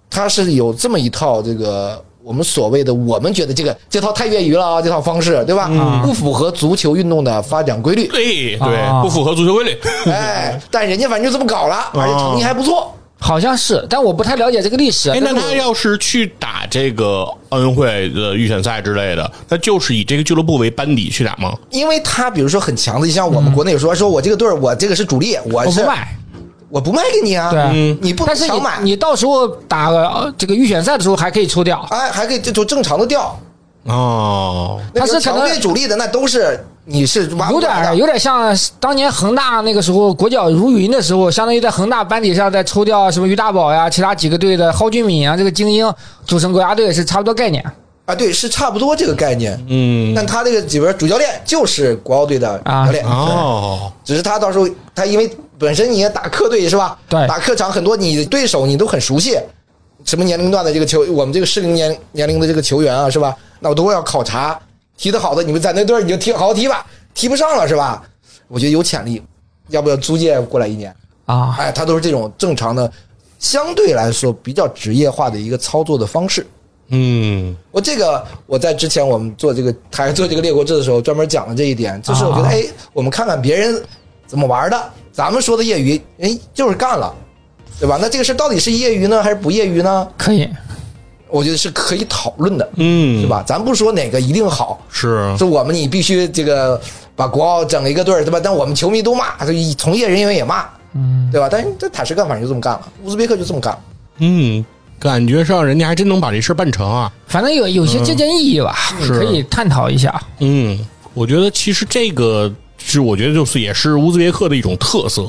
它是有这么一套这个我们所谓的我们觉得这个这套太业余了啊，这套方式对吧？嗯不符合足球运动的发展规律。哎对对，啊不符啊合足球规律。哎，但人家反正就这么搞了，而且成绩还不错。好像是，但我不太了解这个历史。哎，那但是他要是去打这个奥运会的预选赛之类的，那就是以这个俱乐部为班底去打吗？因为他比如说很强的，就像我们国内说、说我这个队儿，我这个是主力，我我是不卖，我不卖给你啊，对嗯你不能但是强你买，你到时候打呃这个预选赛的时候还可以抽掉，哎还可以就就正常的调。哦，那他是个可强能队主力的那都是你是挖有不点来儿的有点像当年恒大那个时候国脚如云的时候，相当于在恒大班底上再抽掉什么于大宝呀、其他几个队的蒿俊闵啊这个精英组成国家队是差不多概念啊，对，是差不多这个概念。嗯，但他这个里边主教练就是国奥队的主啊教练，哦，只是他到时候他因为本身你也打客队是吧？对打客场很多你对手你都很熟悉，什么年龄段的这个球，我们这个适龄年年龄的这个球员啊，是吧？那我都要考察，踢得好的你们在那队儿你就踢好好踢吧，踢不上了是吧？我觉得有潜力，要不要租借过来一年？啊，哎，它都是这种正常的，相对来说比较职业化的一个操作的方式。嗯我这个我在之前我们做这个 还做这个列国志的时候，专门讲了这一点，就是我觉得啊哎，我们看看别人怎么玩的，咱们说的业余，哎，就是干了，对吧？那这个事儿到底是业余呢，还是不业余呢？可以，我觉得是可以讨论的，嗯，是？吧？咱不说哪个一定好，是是我们你必须这个把国奥整一个队儿，对吧？但我们球迷都骂，所以从业人员也骂，嗯，对吧？但是这塔什干反正就这么干了，乌兹别克就这么干了。嗯，感觉上人家还真能把这事儿办成啊。反正有有些借鉴意义吧，嗯是可以探讨一下。嗯，我觉得其实这个是我觉得就是也是乌兹别克的一种特色，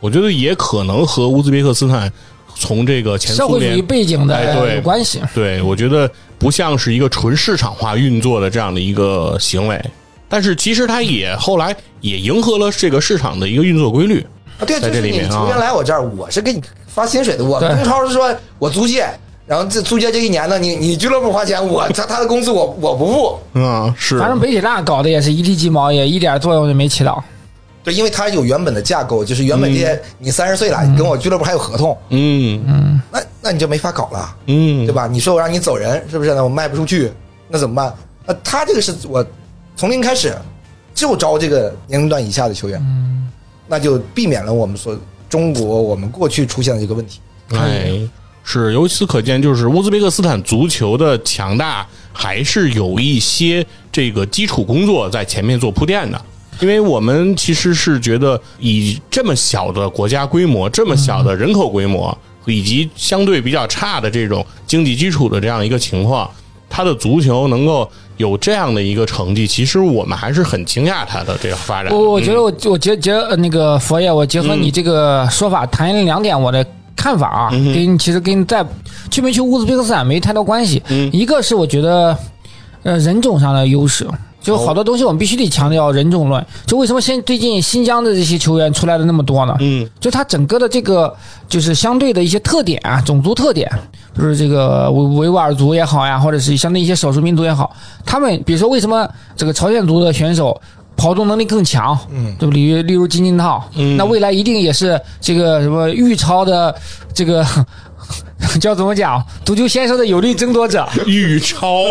我觉得也可能和乌兹别克斯坦从这个前社苏会主义联背景哎的对有关系，对，我觉得不像是一个纯市场化运作的这样的一个行为，但是其实它也后来也迎合了这个市场的一个运作规律。啊，对，在就这是里你面啊球员来我这儿，我是给你发薪水的。我对中超是说我租借，然后这租借这一年呢，你你俱乐部花钱，我他他的工资我我不付，嗯，是反正北铁大搞的也是一地鸡毛，也一点作用也没起到。对，因为他有原本的架构，就是原本这些、你三十岁了，你跟我俱乐部还有合同，嗯那那你就没法搞了，嗯，对？吧？你说我让你走人，是不是呢？我卖不出去，那怎么办？那他这个是我从零开始就招这个年龄段以下的球员，嗯那就避免了我们所中国我们过去出现的这个问题。哎，是，由此可见，就是乌兹别克斯坦足球的强大，还是有一些这个基础工作在前面做铺垫的。因为我们其实是觉得，以这么小的国家规模、这么小的人口规模，以及相对比较差的这种经济基础的这样一个情况，他的足球能够有这样的一个成绩，其实我们还是很惊讶他的这个发展的。哦我我觉得我我结结呃那个佛爷，我结合嗯你这个说法，谈两点我的看法啊，跟你其实跟在去没去乌兹别克斯坦没太多关系。嗯一个是我觉得，呃，人种上的优势。就哦好多东西我们必须得强调人种论。就为什么现最近新疆的这些球员出来的那么多呢？嗯，就它整个的这个就是相对的一些特点啊，种族特点，就是这个维维吾尔族也好呀，或者是相对一些少数民族也好，他们比如说为什么这个朝鲜族的选手跑动能力更强，嗯，对不对？例如例如金金套，嗯，那未来一定也是这个什么玉超的这个 叫怎么讲，足球先生的有力争夺者，玉超，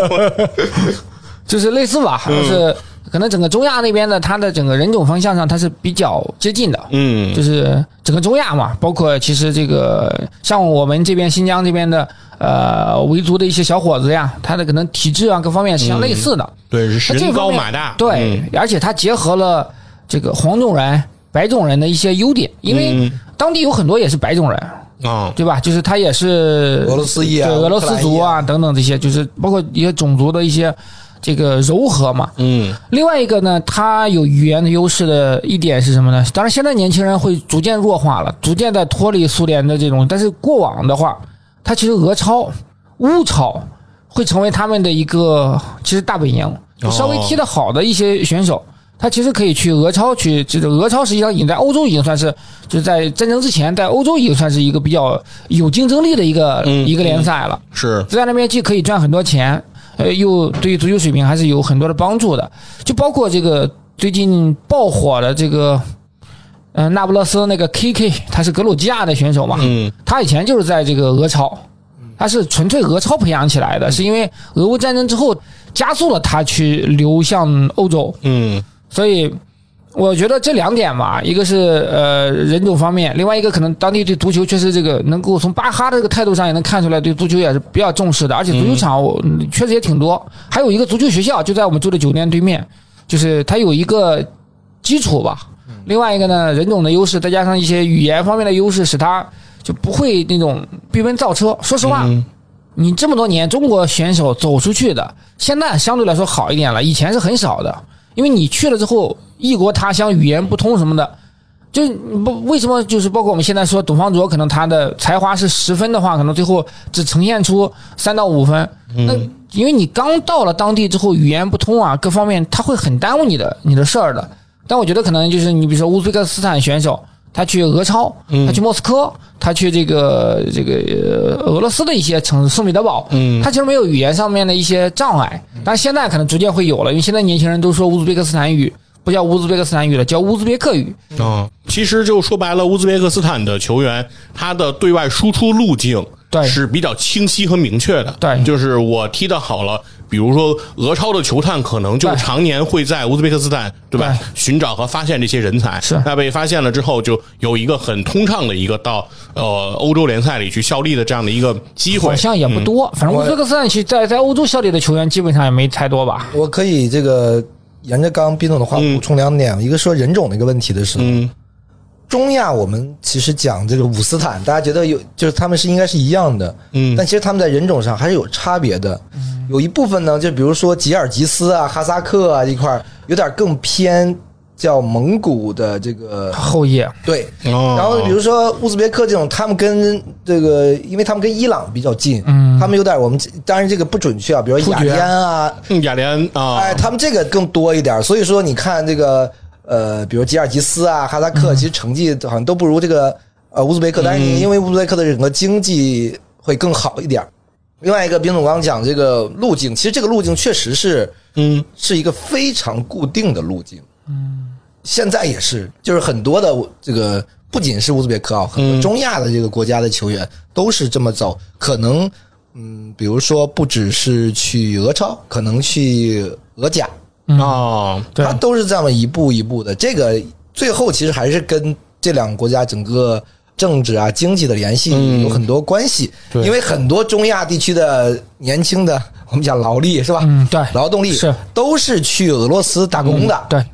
就是类似吧，就是可能整个中亚那边的它的整个人种方向上它是比较接近的，嗯，就是整个中亚嘛，包括其实这个像我们这边新疆这边的呃维族的一些小伙子呀，他的可能体质啊各方面是相类似的。对，是 那嗯这人方高面马大，对，嗯而且他结合了这个黄种人、白种人的一些优点，因为嗯当地有很多也是白种人，啊，对吧？就是他也是俄罗斯裔啊对俄罗乌克斯兰裔族啊啊等等这些，就是包括一些种族的一些这个柔和嘛。嗯另外一个呢，它有语言的优势的一点是什么呢？当然，现在年轻人会逐渐弱化了，逐渐在脱离苏联的这种。但是过往的话，它其实俄超、乌超会成为他们的一个其实大本哦营。就稍微踢得好的一些选手，他其实可以去俄超去。这个俄超实际上已经在欧洲已经算是就是在战争之前，在欧洲已经算是一个比较有竞争力的一个、嗯一个联赛了。是，在那边既可以赚很多钱，呃，又对于足球水平还是有很多的帮助的。就包括这个最近爆火的这个，呃，那不勒斯那个 KK，他是格鲁吉亚的选手嘛，嗯他以前就是在这个俄超，他是纯粹俄超培养起来的，是因为俄乌战争之后加速了他去流向欧洲，嗯所以我觉得这两点吧，一个是呃人种方面，另外一个可能当地对足球确实这个能够从巴哈的这个态度上也能看出来，对足球也是比较重视的，而且足球场我嗯确实也挺多，还有一个足球学校就在我们住的酒店对面，就是它有一个基础吧。另外一个呢，人种的优势，再加上一些语言方面的优势，使它就不会那种闭门造车。说实话，嗯你这么多年中国选手走出去的，现在相对来说好一点了，以前是很少的，因为你去了之后，异国他乡，语言不通什么的，就是你不为什么就是包括我们现在说董方卓，可能他的才华是十分的话，可能最后只呈现出三到五分，那因为你刚到了当地之后，语言不通啊，各方面他会很耽误你的你的事儿的。但我觉得可能就是你比如说乌兹别克斯坦选手，他去俄超，他去莫斯科，他去这个这个呃俄罗斯的一些城市，圣彼得堡，嗯他其实没有语言上面的一些障碍，但是现在可能逐渐会有了，因为现在年轻人都说乌兹别克斯坦语。不叫乌兹别克斯坦语了，叫乌兹别克语。嗯，其实就说白了，乌兹别克斯坦的球员他的对外输出路径对是比较清晰和明确的。对就是我踢得好了，比如说俄超的球探可能就对常年会在乌兹别克斯坦，对吧？对寻找和发现这些人才。是那被发现了之后，就有一个很通畅的一个到呃欧洲联赛里去效力的这样的一个机会好。像也不多，反正乌兹别克斯坦其实在在欧洲效力的球员基本上也没太多吧。我可以这个沿着刚刚斌总的话嗯补充两点，一个说人种的一个问题的时候，嗯中亚我们其实讲这个伍斯坦，大家觉得有就是他们是应该是一样的，嗯但其实他们在人种上还是有差别的。有一部分呢，就比如说吉尔吉斯啊、哈萨克啊这块儿，有点更偏叫蒙古的这个后夜对。哦然后比如说乌兹别克这种，他们跟这个，因为他们跟伊朗比较近，嗯他们有点我们当然这个不准确啊，比如说雅突厥典啊，嗯雅典啊，哎，他们这个更多一点儿，所以说你看这个呃，比如吉尔吉斯啊、哈萨克，其实成绩好像都不如这个呃乌兹别克，但是嗯因为乌兹别克的整个经济会更好一点儿。另外一个，冰总刚刚讲这个路径，其实这个路径确实是嗯是一个非常固定的路径。嗯，现在也是，就是很多的这个不仅是乌兹别克啊，很多中亚的这个国家的球员都是这么走。可能嗯，比如说不只是去俄超，可能去俄甲，啊，对它都是这么一步一步的。这个最后其实还是跟这两个国家整个政治啊、经济的联系有很多关系。对因为很多中亚地区的年轻的，我们讲劳力是吧？嗯对劳动力是嗯都是去俄罗斯打工的，对，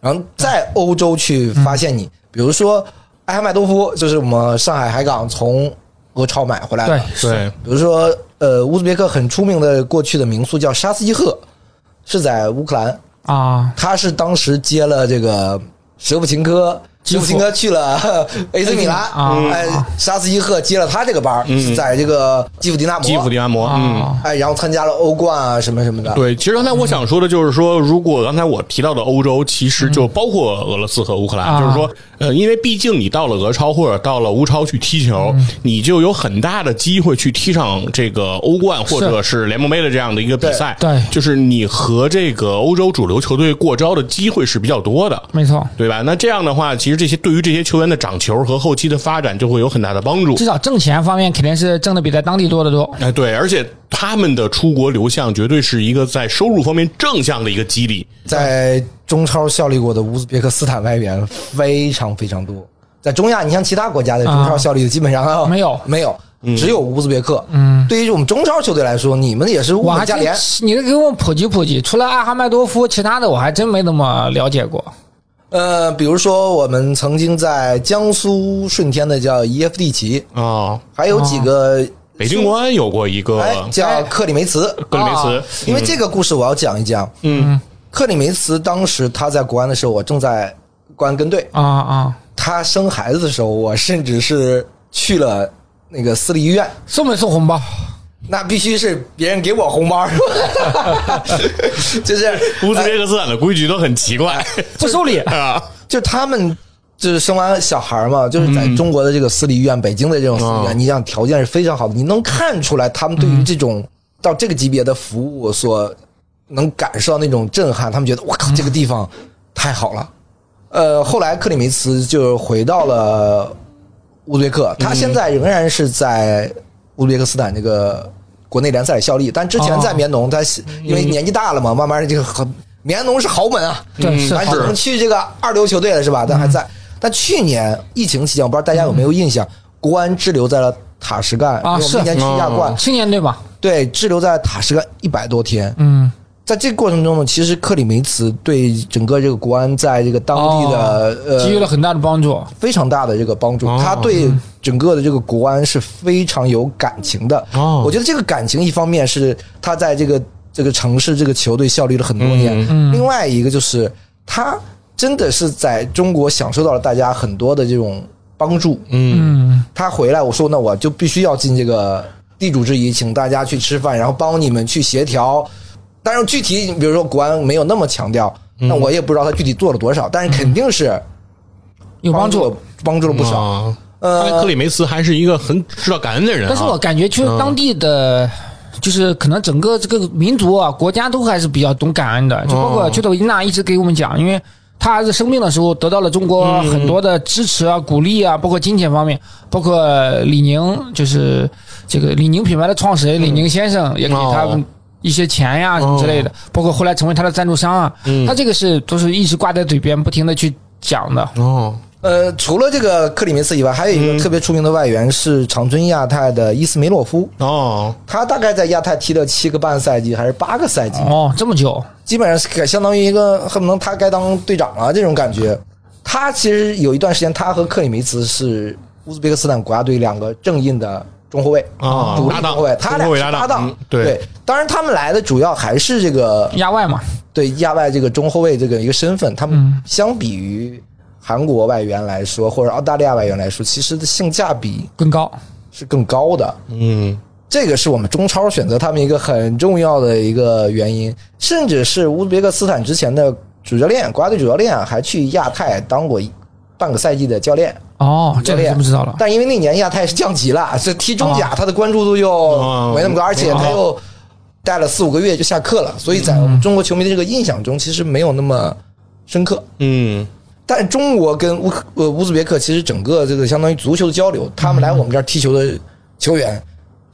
然后在欧洲去发现你，比如说艾哈迈多夫，就是我们上海海港从俄超买回来的。对对，比如说，呃，乌兹别克很出名的过去的名宿叫沙斯基赫，是在乌克兰，啊，他是当时接了这个舍甫琴科，基舍辅甫琴科去了 AC 米兰，啊哎，沙斯基赫接了他这个班儿，嗯是在这个基辅迪纳摩，基辅迪，安摩，嗯。啊哎，然后参加了欧冠啊什么什么的，对，其实刚才我想说的就是说，如果刚才我提到的欧洲，其实就包括俄罗斯和乌克兰，啊就是说，呃，因为毕竟你到了俄超或者到了乌超去踢球，嗯你就有很大的机会去踢上这个欧冠或者是联盟杯的这样的一个比赛，对对就是你和这个欧洲主流球队过招的机会是比较多的。没错，对吧？那这样的话，其实这些对于这些球员的长球和后期的发展就会有很大的帮助至。少挣钱方面肯定是挣的比在当地多得多。哎，对，而且他们的出国流向绝对是一个在收入方面正向的一个激励。在中超效力过的乌兹别克斯坦外援非常非常多。在中亚，你像其他国家的中超效力的基本上、啊没有没有，只有乌兹别克。嗯，对于我们中超球队来说，你们也是物我还美价真廉。，你给我普及普及，除了阿哈迈多夫，其他的我还真没怎么了解过。呃，比如说我们曾经在江苏顺天的叫 E 伊耶夫蒂奇，啊、还有几个、啊北京国安有过一个哎叫克里梅茨，啊格里梅茨，因为这个故事我要讲一讲。嗯克里梅茨当时他在国安的时候，我正在国安跟队，啊啊，他生孩子的时候，我甚至是去了那个私立医院，送没送红包？那必须是别人给我红包，是吧 就是乌兹别克斯坦的规矩都很奇怪不收礼 啊，就他们就是生完小孩嘛，就是在中国的这个私立医院，北京的这种私立嗯医院，你想条件是非常好的，你能看出来他们对于这种到这个级别的服务所能感受到那种震撼，他们觉得我靠，这个地方太好了。呃，后来克里梅茨就回到了乌兹别克，他现在仍然是在乌兹别克斯坦这个国内联赛里效力，但之前在棉农，他因为年纪大了嘛，慢慢这个很棉农是豪门啊，对，是嗯咱只能去这个二流球队了，是吧？但还在。但去年疫情期间，我不知道大家有没有印象，国安滞留在了塔什干，啊因为我们是嗯今年去亚冠，青年队吧？对，滞留在了塔什干一百多天。嗯，在这个过程中呢，其实克里梅茨对整个这个国安在这个当地的、给予呃了很大的帮助。非常大的这个帮助，哦他对整个的这个国安是非常有感情的。哦我觉得这个感情一方面是他在这个这个城市这个球队效力了很多年，嗯另外一个就是他真的是在中国享受到了大家很多的这种帮助。嗯嗯，他回来，我说那我就必须要尽这个地主之谊，请大家去吃饭，然后帮你们去协调。当然，具体比如说国安没有那么强调，那我也不知道他具体做了多少，但是肯定是有帮助。了帮助了不少。啊，看来呃克，里梅茨还是一个很知道感恩的人、啊，但是我感觉就是当地的。就是可能整个这个民族啊、国家都还是比较懂感恩的，就包括哦就抖音娜一直给我们讲，因为他儿子生病的时候得到了中国很多的支持啊、鼓励啊，包括金钱方面，包括李宁就是这个李宁品牌的创始人李宁先生也给他哦们一些钱呀、什么之类的，包括后来成为他的赞助商啊，他这个是都是一直挂在嘴边，不停的去讲的。哦，呃，除了这个克里梅茨以外，还有一嗯个特别出名的外援是长春亚泰的伊斯梅洛夫，哦，他大概在亚泰踢了七个半赛季还是八个赛季，啊哦，这么久，基本上是给相当于一个恨不能他该当队长了这种感觉。他其实有一段时间，他和克里梅茨是乌兹别克斯坦国家队两个正印的中后卫啊主力搭中档后卫，他中后卫俩是搭档搭档嗯。对当然他们来的主要还是这个亚外嘛，对亚外这个中后卫这个一个身份，他们相比于韩国外援来说，或者澳大利亚外援来说，其实的性价比更高。是更高的。嗯，这个是我们中超选择他们一个很重要的一个原因，甚至是乌兹别克斯坦之前的主教练，国家队主教练还去亚太当过一半个赛季的教练。哦，这教个练真不知道了。但因为那年亚太是降 级了，这踢中甲啊他的关注度又没那么高，而且他又带了四五个月就下课啊了，所以在嗯我们中国球迷的这个印象中，其实没有那么深刻。嗯，但是中国跟乌克呃乌兹别克其实整个这个相当于足球的交流，他们来我们这儿踢球的球员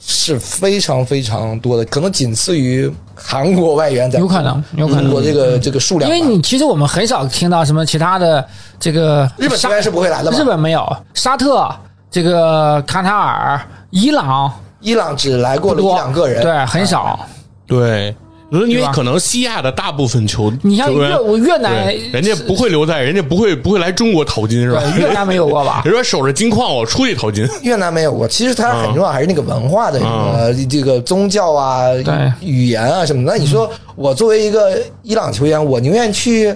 是非常非常多的，可能仅次于韩国外援在有可能，有可中能，国这个这个数量因吧。为你其实我们很少听到什么其他的这个日本沙球员是不会来的嘛，日本没有，沙特、这个卡塔尔、伊朗伊朗只来过不了一多，两个人，啊对，很少。对。因为对吧可能西亚的大部分球，你像球员越我越南对，人家不会留在，人家不会不会来中国淘金是吧？对越南没有过 吧？ 人说守着金矿我出去淘金，越南没有过，其实它很重要，还是那个文化的一个嗯这个宗教啊、对语言啊什么的。那你说我作为一个伊朗球员，我宁愿去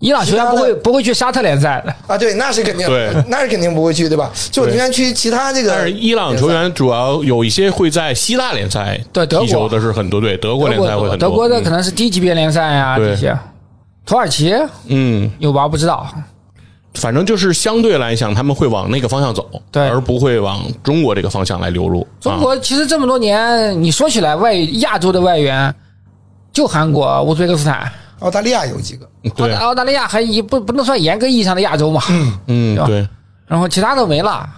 伊朗球员不其会他的不会去沙特联赛的，啊，对，那是肯定，对那是肯定不会去，对吧？就我宁愿去其他这个。但是伊朗球员主要有一些会在希腊联赛对德国踢球的是很多，对德国德联赛会国很多，嗯德国的可能是低级别联赛啊对这些，土耳其嗯，有吧？不知道。反正就是相对来讲他们会往那个方向走，对而不会往中国这个方向来流入。中啊、国其实这么多年，你说起来外亚洲的外援，就韩国、乌兹别克斯坦、澳啊大利亚有几个，澳对大，澳大利亚还一不不能算严格意义上的亚洲嘛，嗯对吧对，然后其他都没了。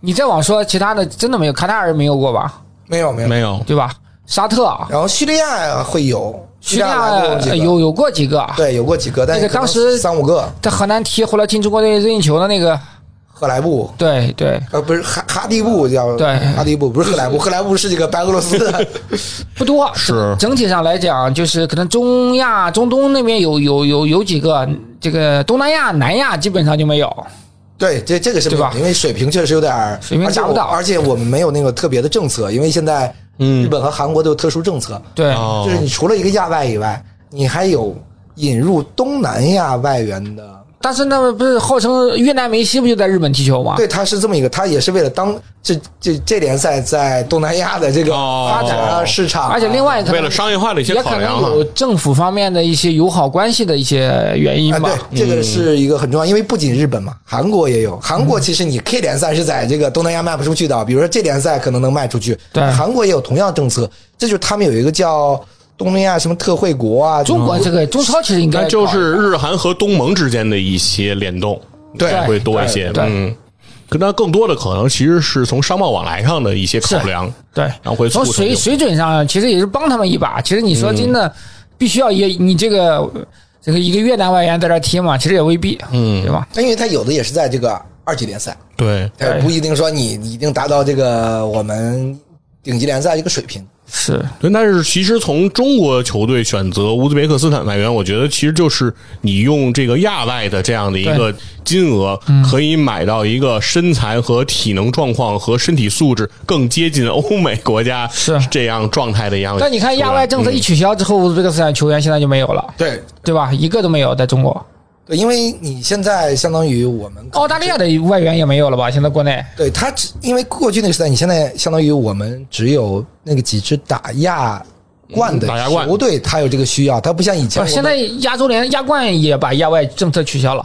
你再往说其他的，真的没有，卡塔尔没有过吧？没有没有。没有，对吧？沙特、啊然后叙利亚会有，叙利亚来过几呃个，有有过几个，对有过几个，但是那个可能当时三五个，在河南踢，后来进中国队任意球的那个，赫莱布。对对，呃，不是哈哈迪布叫对哈迪布，不是赫莱布，赫莱布是这个白俄罗斯的，不多。是整体上来讲，就是可能中亚、中东那边有有有有几个，这个东南亚、南亚基本上就没有。对，这这个是对吧没有因为水平确实有点儿水平而且达不到我而且我们没有那个特别的政策，因为现在日本和韩国都有特殊政策，对，嗯哦就是你除了一个亚外以外，你还有引入东南亚外援的，但是那不是号称越南梅西不就在日本踢球吗？对，他是这么一个，他也是为了当这这这联赛在东南亚的这个哦发展啊市场啊，而且另外可能为了商业化的一些也考可量能啊有政府方面的一些友好关系的一些原因啊，吧。对，这个是一个很重要，因为不仅日本嗯嘛，韩国也有。韩国其实你 K 联赛是在这个东南亚卖不出去的，比如说这联赛可能能卖出去。对韩国也有同样政策，这就是他们有一个叫东南亚什么特惠国啊，中国这个中超其实应该那嗯就搞一是日韩和东盟之间的一些联动，对会多一些，对对嗯。可那更多的可能其实是从商贸往来上的一些考量，对，然后会促从成水这种水准上，其实也是帮他们一把。其实你说真的，嗯必须要也你这个这个一个越南外援在这儿踢嘛，其实也未必，嗯，对吧？但因为它有的也是在这个二级联赛，对，它也不一定说你你一定达到这个我们顶级联赛这个水平。是对，但是其实从中国球队选择乌兹别克斯坦外援，我觉得其实就是你用这个亚外的这样的一个金额，可以买到一个身材和体能状况和身体素质更接近欧美国家是这样状态的样子。但你看亚外嗯政策一取消之后，乌兹别克斯坦球员现在就没有了，对对吧？一个都没有，在中国，对，因为你现在相当于我们澳大利亚的外援也没有了吧？现在国内对他只因为过去那个时代，你现在相当于我们只有那个几支打亚冠的嗯打亚冠球队，他有这个需要，他不像以不前我是们。现在亚洲联亚冠也把亚外政策取消了，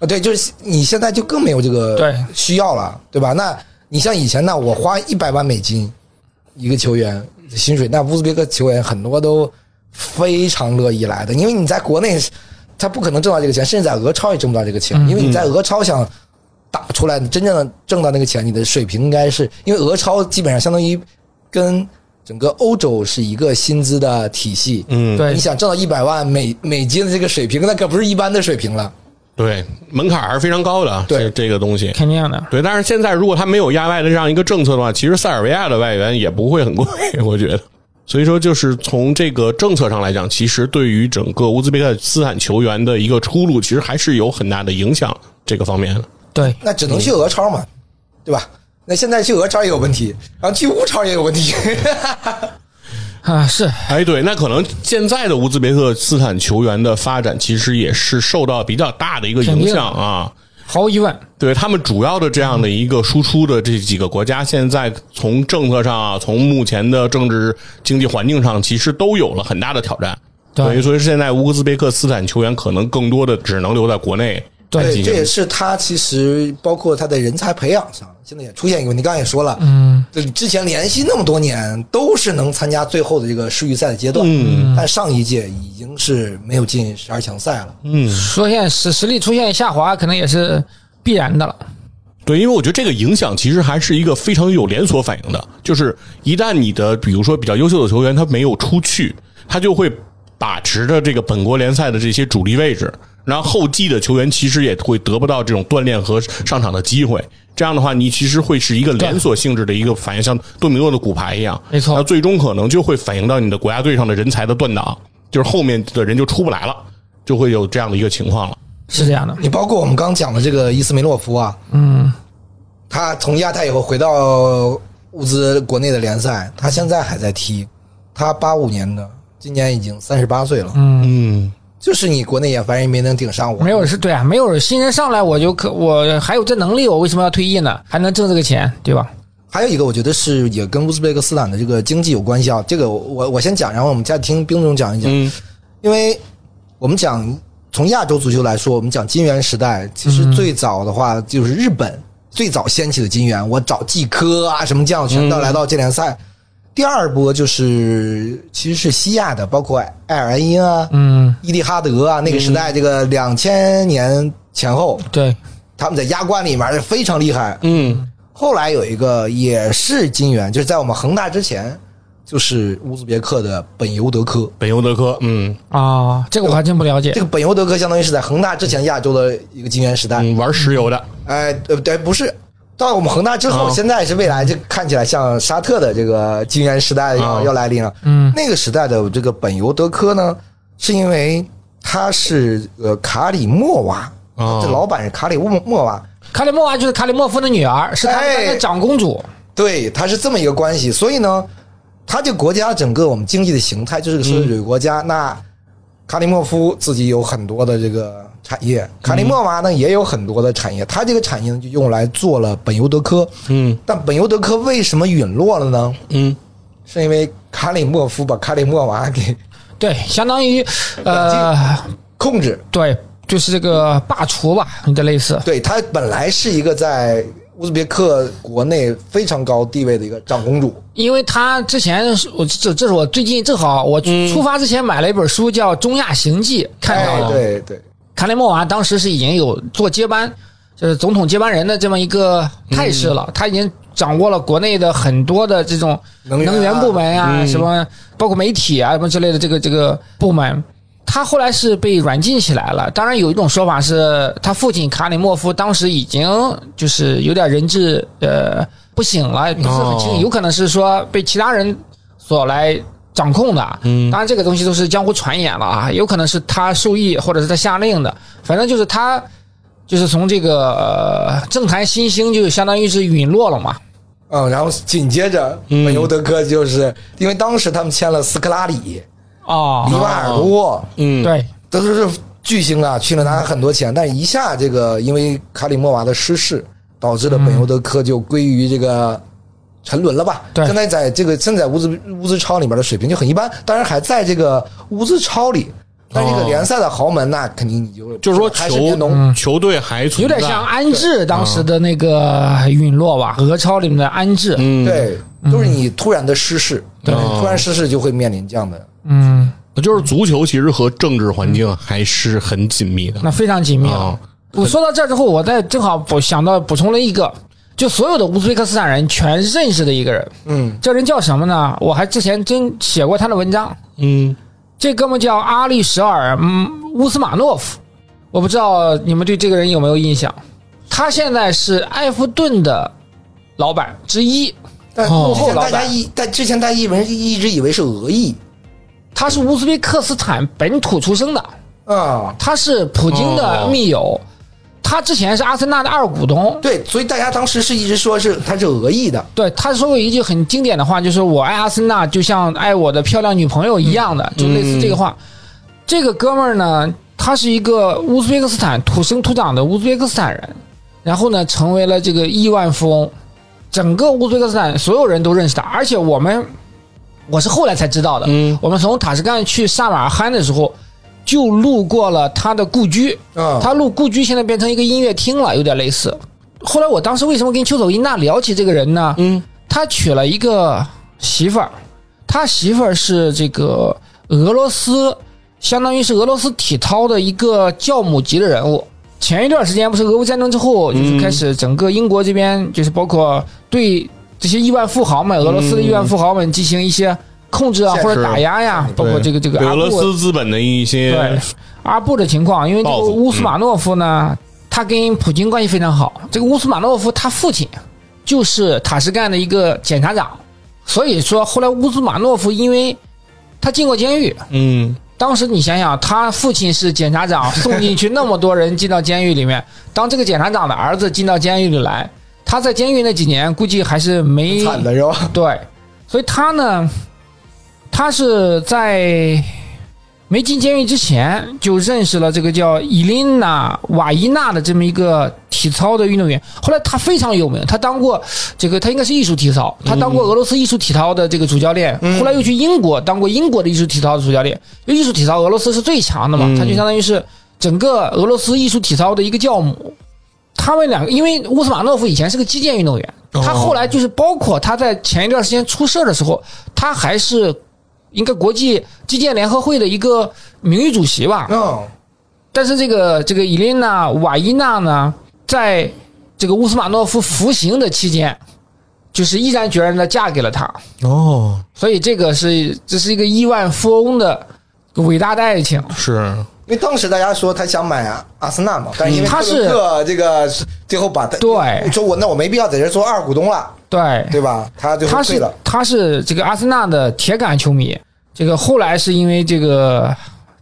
啊，对，就是你现在就更没有这个对需要了，对吧？那你像以前那我花一百万美金一个球员的薪水，那乌兹别克球员很多都非常乐意来的，因为你在国内他不可能挣到这个钱，甚至在俄超也挣不到这个钱，因为你在俄超想打出来，你真正的挣到那个钱，你的水平应该是因为俄超基本上相当于跟整个欧洲是一个薪资的体系，嗯，对你想挣到一百万美美金的这个水平，那可不是一般的水平了。对，门槛还是非常高的，对这这个东西。肯定的。对，但是现在如果他没有亚外的这样一个政策的话，其实塞尔维亚的外援也不会很贵， 我觉得。所以说，就是从这个政策上来讲，其实对于整个乌兹别克斯坦球员的一个出路，其实还是有很大的影响这个方面的。对，那只能去俄超嘛，对吧？那现在去俄超也有问题，然后去乌超也有问题。嗯啊，是哎，对，那可能现在的乌兹别克斯坦球员的发展，其实也是受到比较大的一个肯影定的响啊。毫无疑问，对他们主要的这样的一个输出的这几个国家，现在从政策上啊，从目前的政治经济环境上，其实都有了很大的挑战。对等于说现在乌兹别克斯坦球员可能更多的只能留在国内对来 对，进这也行。是他其实包括他的人才培养上，现在也出现一个问题。刚才也说了，嗯，对，之前联系那么多年都是能参加最后的这个世预赛的阶段，嗯但上一届已经是没有进十二强赛了。嗯，说现在实实力出现下滑，可能也是必然的了。对，因为我觉得这个影响其实还是一个非常有连锁反应的，就是一旦你的比如说比较优秀的球员他没有出去，他就会把持着这个本国联赛的这些主力位置，然后后继的球员其实也会得不到这种锻炼和上场的机会。这样的话，你其实会是一个连锁性质的一个反应，像多米诺的骨牌一样，没错那最终可能就会反映到你的国家队上的人才的断档，就是后面的人就出不来了，就会有这样的一个情况了。是这样的，你包括我们刚讲的这个伊斯梅洛夫啊，嗯，他从亚太以后回到物资国内的联赛，他现在还在踢，他八五年的，今年已经三十八岁了，嗯，就是你国内也反正没能顶上我，没有是对啊，没有新人上来我就可我还有这能力，我为什么要退役呢？还能挣这个钱，对吧？还有一个，我觉得是也跟乌兹别克斯坦的这个经济有关系啊。这个我我先讲，然后我们再听兵总讲一讲。嗯因为我们讲从亚洲足球来说，我们讲金元时代，其实最早的话就是日本、最早掀起的金元，我找季科啊什么将全都来到这联赛。嗯第二波就是其实是西亚的，包括埃尔安因啊、嗯，伊蒂哈德啊那个时代，这个两千年前后，对，他们在亚冠里面非常厉害。嗯后来有一个也是金元，就是在我们恒大之前，就是乌兹别克的本尤德科。本尤德科，嗯。啊，这个我还真不了解这。个本尤德科相当于是在恒大之前亚洲的一个金元时代。嗯，玩石油的，哎，对不对？不是，到我们恒大之后，嗯现在是未来，这看起来像沙特的这个金元时代要、嗯要来临了。嗯，那个时代的这个本尤德科呢，是因为他是呃卡里莫娃，哦这老板是卡里莫莫娃，卡里莫娃就是卡里莫夫的女儿，是他们哎的长公主。对，它是这么一个关系。所以呢，它这国家整个我们经济的形态就是个社会主义国家。那卡里莫夫自己有很多的这个产业，卡里莫娃呢也有很多的产业，它这个产业呢就用来做了本尤德科。嗯但本尤德科为什么陨落了呢？嗯，是因为卡里莫夫把卡里莫娃给对，相当于呃，控制。对，就是这个罢黜吧，有点类似。对，她本来是一个在乌兹别克国内非常高地位的一个长公主。因为他之前是我这这是我最近正好我出发之前买了一本书叫《中亚行记》，看到嗯哎，了。对对。卡雷莫娃当时是已经有做接班，就是总统接班人的这么一个态势嗯了，他已经掌握了国内的很多的这种能源啊部门啊，什么包括媒体啊什么之类的这个这个部门。他后来是被软禁起来了。当然，有一种说法是他父亲卡里莫夫当时已经就是有点人质呃不醒了，不是很哦清醒，有可能是说被其他人所来掌控的。嗯，当然这个东西都是江湖传言了啊，有可能是他授意或者是他下令的，反正就是他就是从这个、呃、政坛新星就相当于是陨落了嘛。嗯，然后紧接着嗯本尤德科就是、因为当时他们签了斯科拉里、里哦，瓦尔多，嗯，对，都是巨星啊，去了拿很多钱，但一下这个因为卡里莫娃的失势，导致了本嗯尤德科就归于这个沉沦了吧？对现在在这个现在乌兹乌兹超里面的水平就很一般，当然还在这个乌兹超里，但这个哦联赛的豪门那肯定你就就是说还是别球浓。球队还存有在点像安置当时的那个陨落吧，俄超里面的安置。嗯，对，就是你突然的失势，对突然失势就会面临这样的嗯，就是足球其实和政治环境还是很紧密的。那非常紧密啊嗯哦！我说到这儿之后，我再正好补想到补充了一个，就所有的乌兹别克斯坦人全认识的一个人，嗯，这人叫什么呢？我还之前真写过他的文章，嗯，这哥们叫阿利什尔嗯乌斯马诺夫，我不知道你们对这个人有没有印象？他现在是埃弗顿的老板之一，但哦之前大老家板一但之前大家以为一直以为是俄裔他是乌兹别克斯坦本土出生的，啊，他是普京的密友，他之前是阿森纳的二股东。对，所以大家当时是一直说是他是俄裔的，对，他说过一句很经典的话，就是“我爱阿森纳就像爱我的漂亮女朋友一样的”，就类似这个话。这个哥们儿呢，他是一个乌兹别克斯坦土生土长的乌兹别克斯坦人，然后呢，成为了这个亿万富翁，整个乌兹别克斯坦所有人都认识他，而且我们我是后来才知道的，嗯我们从塔什干去萨马尔罕的时候，就路过了他的故居，嗯，他录故居现在变成一个音乐厅了，有点类似。后来我当时为什么跟邱走一娜聊起这个人呢？嗯，他娶了一个媳妇儿，他媳妇儿是这个俄罗斯，相当于是俄罗斯体操的一个教母级的人物。前一段时间不是俄乌战争之后，嗯就是开始整个英国这边就是包括对这些亿万富豪们，俄罗斯的亿万富豪们进行一些控制啊限或者嗯制打压呀，包括这个这个对阿俄罗布斯资本的一些对阿布的情况，因为这个报复乌斯马诺夫呢，他跟普京关系非常好。这个乌斯马诺夫他父亲就是塔什干的一个检察长，所以说后来乌斯马诺夫因为他进过监狱，嗯当时你想想，他父亲是检察长，送进去那么多人进到监狱里面，当这个检察长的儿子进到监狱里来，他在监狱那几年估计还是没惨的是吧？对，所以他呢，他是在没进监狱之前就认识了这个叫伊琳娜瓦伊娜的这么一个体操的运动员。后来他非常有名，他当过这个，他应该是艺术体操，他当过俄罗斯艺术体操的这个主教练，后来又去英国当过英国的艺术体操的主教练。就艺术体操，俄罗斯是最强的嘛，他就相当于是整个俄罗斯艺术体操的一个教母。他们两个，因为乌斯马诺夫以前是个击剑运动员，他后来就是包括他在前一段时间出事的时候，他还是应该国际击剑联合会的一个名誉主席吧。嗯，但是这个这个伊琳娜瓦伊娜呢，在这个乌斯马诺夫服刑的期间，就是毅然决然的嫁给了他。哦所以这个是这是一个亿万富翁的伟大的爱情。是因为当时大家说他想买啊阿森纳嘛，但是因嗯为他是克洛克这个最后把他对说我那我没必要在这做二股东了，对，对吧？他最后他退是了，他是这个阿森纳的铁杆球迷，这个后来是因为这个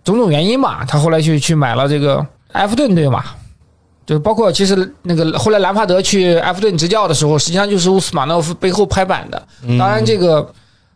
种种原因吧，他后来去去买了这个埃弗顿队嘛，就包括其实那个后来兰帕德去埃弗顿执教的时候，实际上就是乌斯马诺夫背后拍板的。嗯当然，这个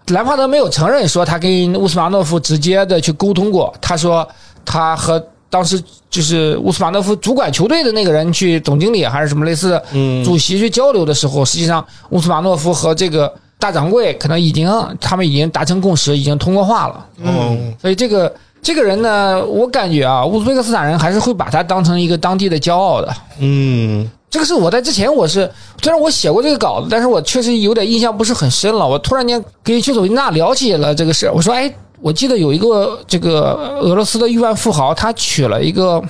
兰帕德没有承认说他跟乌斯马诺夫直接的去沟通过，他说他和。当时就是乌斯马诺夫主管球队的那个人去总经理还是什么类似的主席去交流的时候，实际上乌斯马诺夫和这个大掌柜可能已经他们已经达成共识，已经通过话了。嗯所以这个这个人呢，我感觉啊，乌兹别克斯坦人还是会把他当成一个当地的骄傲的。嗯这个是我在之前我是虽然我写过这个稿子，但是我确实有点印象不是很深了。我突然间跟丘索维娜聊起了这个事儿，我说哎，我记得有一个这个俄罗斯的亿万富豪，他娶了一个。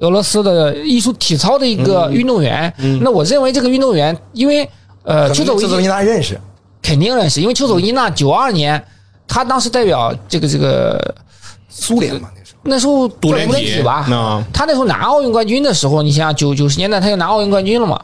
俄罗斯的艺术体操的一个嗯运动员，那我认为这个运动员，因为呃，可丘索能维这东西他认识，肯定认识，因为丘索伊娜九二年，他当时代表这个这个苏联嘛那时候，那时候独联体叫独体吧，嗯他那时候拿奥运冠军的时候，你想想九九十年代他就拿奥运冠军了嘛，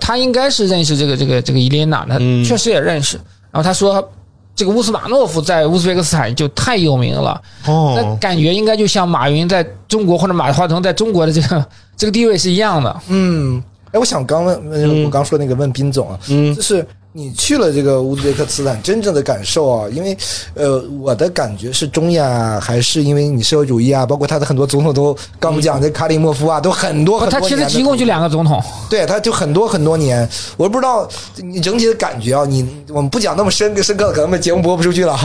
他应该是认识这个这个这个伊琳娜，他嗯确实也认识。然后他说，这个乌斯马诺夫在乌兹别克斯坦就太有名了，那哦感觉应该就像马云在中国或者马化腾在中国的这个这个地位是一样的。嗯，哎，我想刚问，嗯问我刚说那个问斌总啊，嗯就是你去了这个乌兹别克斯坦，真正的感受啊，因为呃，我的感觉是中亚还是因为你社会主义啊，包括他的很多总统都刚我们讲这卡里莫夫啊，都很多很嗯哦他多年其的实统治。提供就两个总统，对，他就很多很多年，我不知道你整嗯体的感觉啊。你我们不讲那么深刻深刻的，可能我们节目播不出去了啊。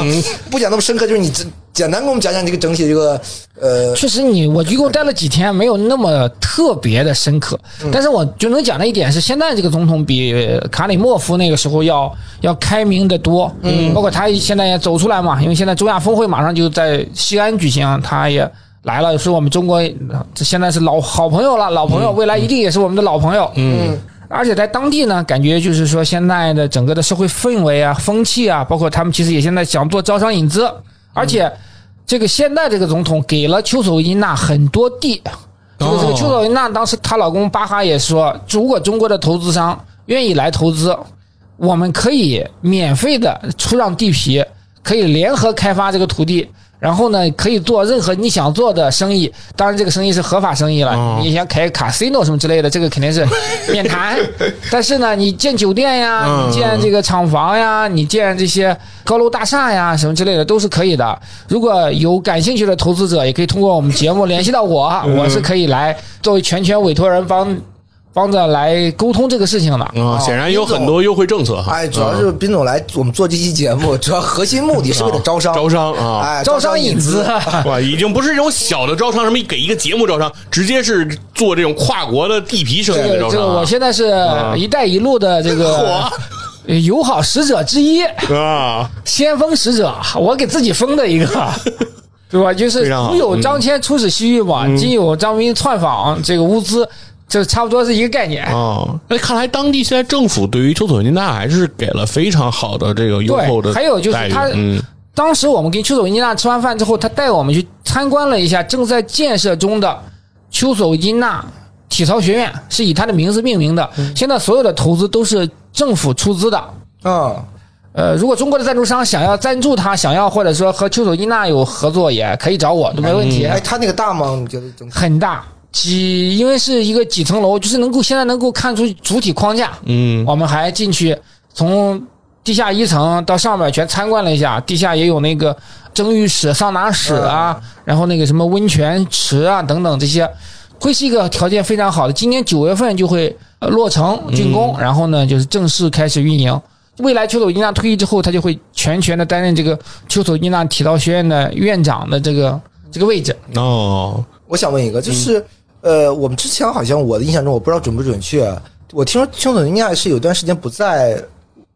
不讲那么深刻，就是你这简单给我们讲讲这个整体这个呃确实你，我一共待了几天，没有那么特别的深刻。但是我就能讲的一点是，现在这个总统比卡里莫夫那个时候要要开明得多。嗯，包括他现在也走出来嘛，因为现在中亚峰会马上就在西安举行，他也。来了，是我们中国这现在是老好朋友了，老朋友，未来一定也是我们的老朋友。嗯，而且在当地呢，感觉就是说现在的整个的社会氛围啊、风气啊，包括他们其实也现在想做招商引资，而且这个现在这个总统给了丘索伊娜很多地，这个这个丘索伊娜当时她老公巴哈也说，如果中国的投资商愿意来投资，我们可以免费的出让地皮，可以联合开发这个土地。然后呢，可以做任何你想做的生意，当然这个生意是合法生意了。你想开 casino 什么之类的，这个肯定是免谈。但是呢，你建酒店呀，你建这个厂房呀，你建这些高楼大厦呀，什么之类的都是可以的。如果有感兴趣的投资者，也可以通过我们节目联系到我，我是可以来作为全权委托人帮帮着来沟通这个事情的。啊，显然有很多优惠政策哈。嗯哎，主要是斌总来我们做这期节目，主要核心目的是为了招商，啊招商啊哎，招商商引资，哇，已经不是这种小的招商，什么给一个节目招商，直接是做这种跨国的地皮生意这的啊个招呃这个，商我现在是啊“一带一路”的这个嚯呃 友好使者之一。啊！先锋使者，我给自己封的一个， 对吧？就是非常好嗯古有张骞出使西域嘛，今有张斌窜访这个乌兹，这差不多是一个概念。哦，那看来当地现在政府对于丘索尼娜还是给了非常好的这个优厚的对，还有就是待遇他嗯，当时我们跟丘索伊娜吃完饭之后，他带我们去参观了一下正在建设中的丘索伊娜体操学院，是以他的名字命名的。嗯现在所有的投资都是政府出资的，嗯，呃，如果中国的赞助商想要赞助他，想要或者说和丘索伊娜有合作，也可以找我，都没问题。哎，他那个大吗？你觉得整体？很大，几因为是一个几层楼，就是能够现在能够看出主体框架。嗯，我们还进去从地下一层到上面全参观了一下，地下也有那个蒸浴室、桑拿室啊，然后那个什么温泉池啊等等这些，会是一个条件非常好的。今年九月份就会呃落成竣工，然后呢就是正式开始运营。未来丘索伊娜退役之后，他就会全权的担任这个丘索伊娜体操学院的院长的这个这个位置。哦，我想问一个，就是、呃，我们之前好像我的印象中，我不知道准不准确，我听说丘索尼亚是有段时间不在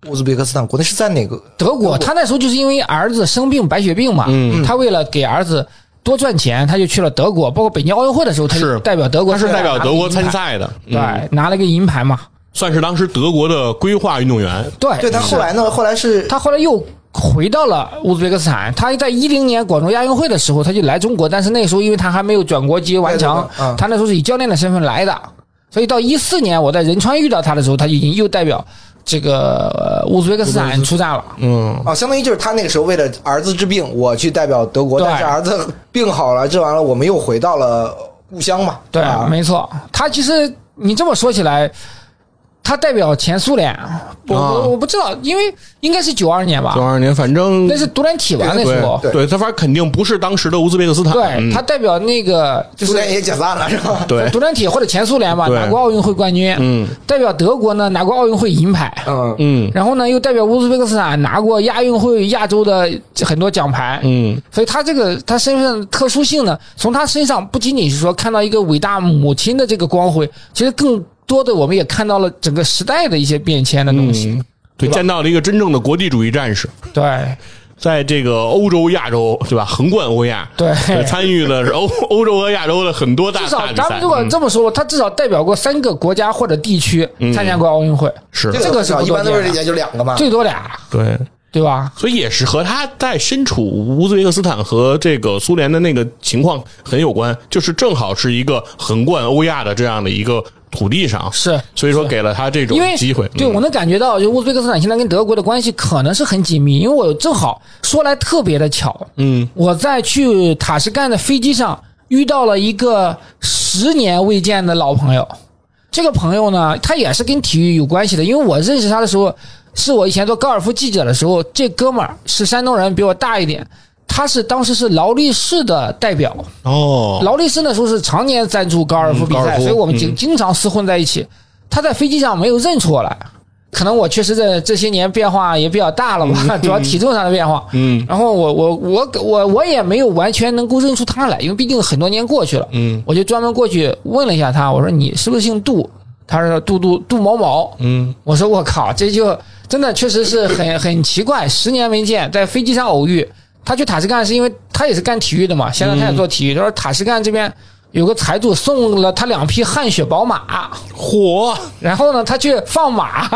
乌兹别克斯坦国内，是在哪个？德国，他那时候就是因为儿子生病白血病嘛，嗯他为了给儿子多赚钱，他就去了德国。包括北京奥运会的时候，他是就代表德国，他是代表德国参拿了赛的，一个银牌，嗯，对，拿了个银牌嘛。算是当时德国的规划运动员。对，对他嗯后来呢？后来是他后来又回到了乌兹别克斯坦。他在一零年广州亚运会的时候，他就来中国，但是那时候因为他还没有转国籍完成对对对嗯，他那时候是以教练的身份来的。所以到一四年我在仁川遇到他的时候，他就已经又代表这个呃乌兹别克斯坦出战了。嗯，啊，相当于就是他那个时候为了儿子治病，我去代表德国，对但是儿子病好了，治完了，我们又回到了故乡嘛。对，啊、没错，他其实你这么说起来，他代表前苏联，我我我不知道，因为应该是九二年吧啊九，二年，反正那是独联体吧那时候对，，对他反正肯定不是当时的乌兹别克斯坦。对嗯他代表那个就苏是联也解散了是吧？对独联体或者前苏联吧，对拿过奥运会冠军，嗯代表德国呢拿过奥运会银牌，嗯，嗯然后呢又代表乌兹别克斯坦拿过亚运会亚洲的很多奖牌，嗯，所以他这个他身份的特殊性呢，从他身上不仅仅是说看到一个伟大母亲的这个光辉，其实更多的我们也看到了整个时代的一些变迁的东西。嗯对，见到了一个真正的国际主义战士，对在这个欧洲、亚洲，对吧？横贯欧亚，对参与的是欧欧洲和亚洲的很多大大至少比咱赛们。如果嗯这么说，他至少代表过三个国家或者地区参加过奥运会，是这这个个是啊不一般都多见是的也就两个啊嘛。最多俩，对，对吧？所以也是和他在身处乌兹别克斯坦和这个苏联的那个情况很有关，就是正好是一个横贯欧亚的这样的一个土地上，是所以说给了他这种因为机会。嗯对我能感觉到，就乌兹别克斯坦现在跟德国的关系可能是很紧密，因为我正好说来特别的巧，嗯，我在去塔什干的飞机上遇到了一个十年未见的老朋友。这个朋友呢，他也是跟体育有关系的，因为我认识他的时候，是我以前做高尔夫记者的时候，这哥们儿是山东人，比我大一点，他是当时是劳力士的代表，哦，劳力士那时候是常年赞助高尔夫比嗯高尔赛，夫所以我们嗯经经常厮混在一起。他在飞机上没有认出我来，可能我确实这这些年变化也比较大了吧， 主要体重上的变化。嗯，然后我我我我我也没有完全能够认出他来，因为毕竟很多年过去了。嗯，我就专门过去问了一下他，我说你是不是姓杜？他说杜杜杜某某。嗯，我说我靠，这就真的确实是很很奇怪，十年没见，在飞机上偶遇。他去塔什干是因为他也是干体育的嘛，现在他嗯也做体育。他说塔什干这边有个财主送了他两匹汗血宝马，火，然后呢，他去放马。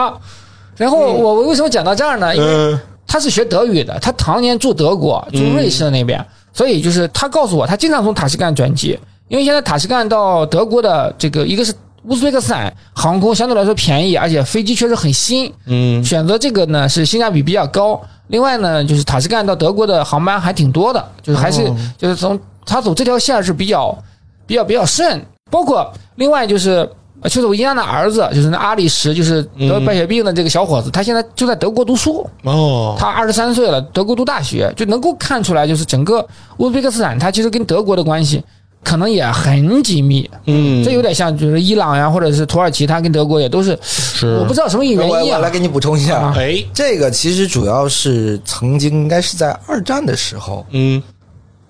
然后我我为什么讲到这儿呢？因为嗯他是学德语的，他常年住德国，住瑞士那边，所以就是他告诉我，他经常从塔什干转机，因为现在塔什干到德国的这个一个是乌兹别克斯坦航空相对来说便宜，而且飞机确实很新，嗯选择这个呢是性价比比较高。另外呢，就是塔什干到德国的航班还挺多的，就是还是、就是从他走这条线是比较比较比较顺。包括另外就是呃就是我姨丈的儿子，就是那阿里什，就是得白血病的这个小伙子，他现在就在德国读书。哦，他二十三岁了，德国读大学，就能够看出来，就是整个乌兹别克斯坦，它其实跟德国的关系可能也很紧密。嗯这有点像就是伊朗啊呀，或者是土耳其，它跟德国也都是，是我不知道什么原我因我来啊。给你补充一下，啊哎，这个其实主要是曾经应该是在二战的时候，嗯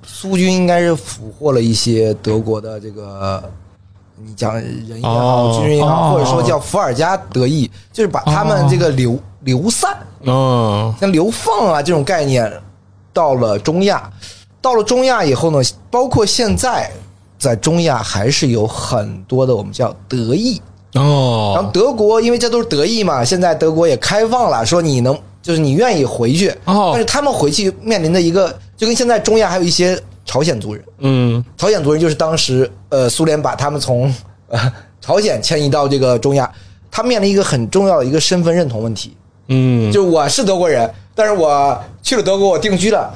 苏军应该是俘获了一些德国的这个，你讲人也好，哦军人也哦好，或者说叫伏尔加德裔，就是把他们这个流流散，哦，像流放啊这种概念，到了中亚，到了中亚以后呢，包括现在在中亚还是有很多的我们叫德裔，然后哦，德国因为这都是德裔嘛，现在德国也开放了，说你能就是你愿意回去，哦但是他们回去面临的一个就跟现在中亚还有一些朝鲜族人，嗯朝鲜族人就是当时呃苏联把他们从呃朝鲜迁移到这个中亚，他面临一个很重要的一个身份认同问题，嗯，就是我是德国人，但是我去了德国我定居了，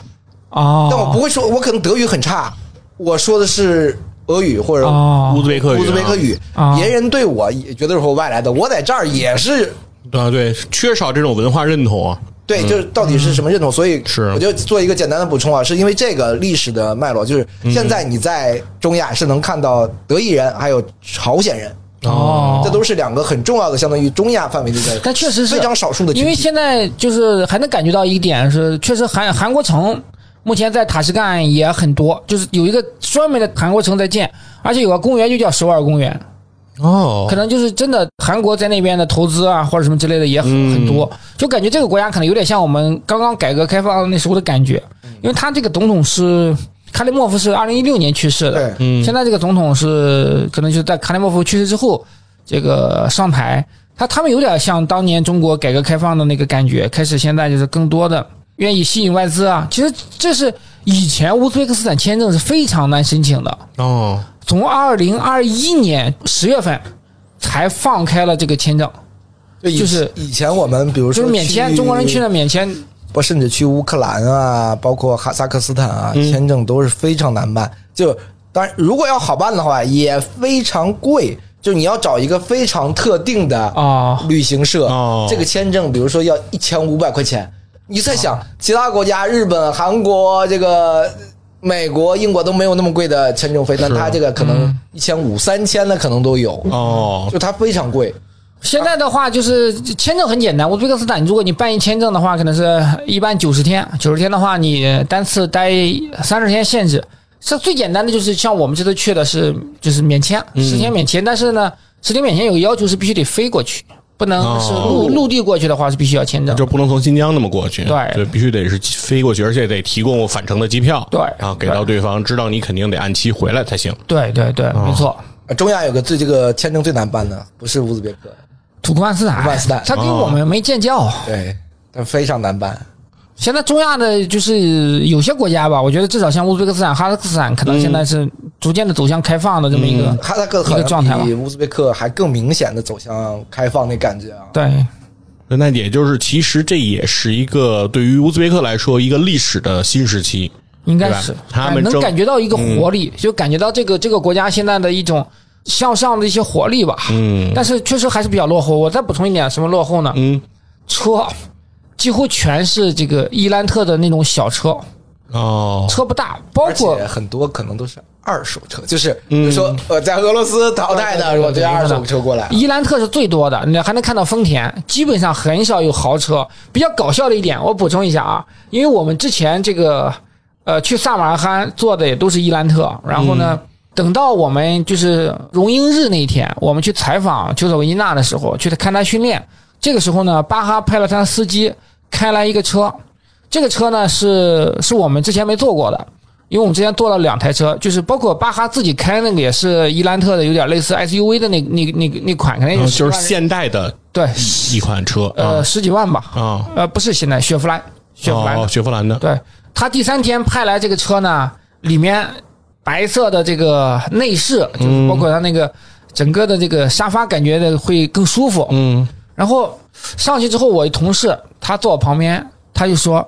啊，但我不会说，我可能德语很差，我说的是俄语或者啊乌兹别克语啊，哦乌兹别克语哦啊，别人对我也觉得是我外来的，我在这儿也是啊，对，缺少这种文化认同啊，对，就是到底嗯是什么认同？所以是我就做一个简单的补充啊，是因为这个历史的脉络，就是现在你在中亚是能看到德裔人还有朝鲜人，哦这都是两个很重要的，相当于中亚范围内的，但确实是非常少数的群因为体。现在就是还能感觉到一点是，确实韩韩国城目前在塔什干也很多，就是有一个专门的韩国城在建，而且有个公园就叫首尔公园。哦可能就是真的韩国在那边的投资啊，或者什么之类的也很、嗯很多，就感觉这个国家可能有点像我们刚刚改革开放那时候的感觉，嗯因为他这个总统是卡列莫夫是二零一六年去世的对，嗯现在这个总统是可能就是在卡列莫夫去世之后，这个上台，他他们有点像当年中国改革开放的那个感觉，开始现在就是更多的愿意吸引外资啊，其实这是以前乌兹别克斯坦签证是非常难申请的，哦，从二零二一年十月份才放开了这个签证，以就是以前我们比如就说是免签，去中国人去的免签。不，甚至去乌克兰啊，包括哈萨克斯坦啊，签证都是非常难办。就当然，如果要好办的话，也非常贵。就你要找一个非常特定的哦旅行社，哦这个签证，比如说要一千五百块钱。你在想，其他国家，日本、韩国、这个美国、英国都没有那么贵的签证费，但他这个可能一千五、三千的可能都有，嗯哦，就它非常贵。现在的话就是签证很简单，乌兹别克斯坦，如果你办一签证的话，可能是一般九十天，九十天的话你单次待三十天限制。是最简单的就是像我们这次去的是就是免签，嗯十天免签，但是呢，十天免签有个要求是必须得飞过去，不能是陆、哦陆地过去的话是必须要签哦证。就不能从新疆那么过去，对就必须得是飞过去，而且得提供返程的机票，对然后给到对方，知道你肯定得按期回来才行。对对对，没错。呃中亚有个最这个签证最难办的，不是乌兹别克，土库曼斯坦，土库曼斯坦他跟我们没建交。对，但非常难办。现在中亚的，就是有些国家吧，我觉得至少像乌兹别克斯坦、哈萨克斯坦，可能现在是逐渐的走向开放的这么一个、嗯哈萨克一个状态好像吧比。乌兹别克还更明显的走向开放那感觉啊。对，那也就是，其实这也是一个对于乌兹别克来说一个历史的新时期。应该是哎对吧他们嗯能正感觉到一个活力，就感觉到这个这个国家现在的一种向上的一些活力吧。嗯但是确实还是比较落后。我再补充一点，什么落后呢？嗯车几乎全是这个伊兰特的那种小车，哦，车不大，包而括且很多可能都是二手车，就是嗯比如说呃，在俄罗斯淘汰对对的，对我这二手车过来，伊兰特是最多的，你还能看到丰田，基本上很少有豪车。比较搞笑的一点，我补充一下啊，因为我们之前这个呃去萨马尔罕坐的也都是伊兰特，然后呢，等到我们就是荣膺日那一天，我们去采访丘索维尼娜的时候，去看他训练，这个时候呢，巴哈派了他司机开来一个车，这个车呢是是我们之前没坐过的。因为我们之前坐了两台车，就是包括巴哈自己开那个也是伊兰特的，有点类嗯似 SUV 的那那那那那款，可能然有后十就是万现代的对，一款车啊呃，十几万吧，啊，呃，不是现在雪佛兰，雪佛兰的哦，雪佛兰的，对他第三天派来这个车呢，里面白色的这个内饰，就是包括它那个整个的这个沙发，感觉的会更舒服。嗯，然后上去之后，我一同事他坐我旁边，他就说：“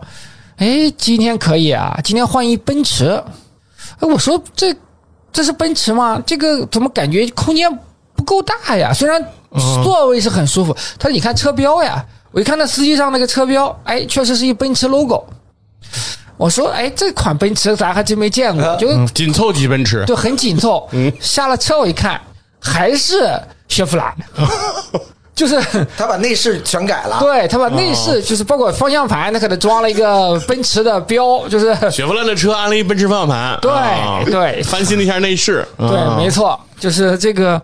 哎，今天可以啊，今天换一奔驰。”哎，我说这这是奔驰吗？这个怎么感觉空间不够大呀？虽然座位是很舒服，他说你看车标呀，我一看那司机上那个车标，哎，确实是一奔驰 logo。我说，哎，这款奔驰咱还真没见过，就 嗯紧凑级奔驰，对，很紧凑。下了车我一看，还是雪佛兰， 就是他把内饰全改啊了，对他把内饰就是包括方向盘，他可能装了一个奔驰的标，就是雪佛兰的车安了一奔驰方向盘，对啊对翻新了一下内饰，对，啊没错，就是这个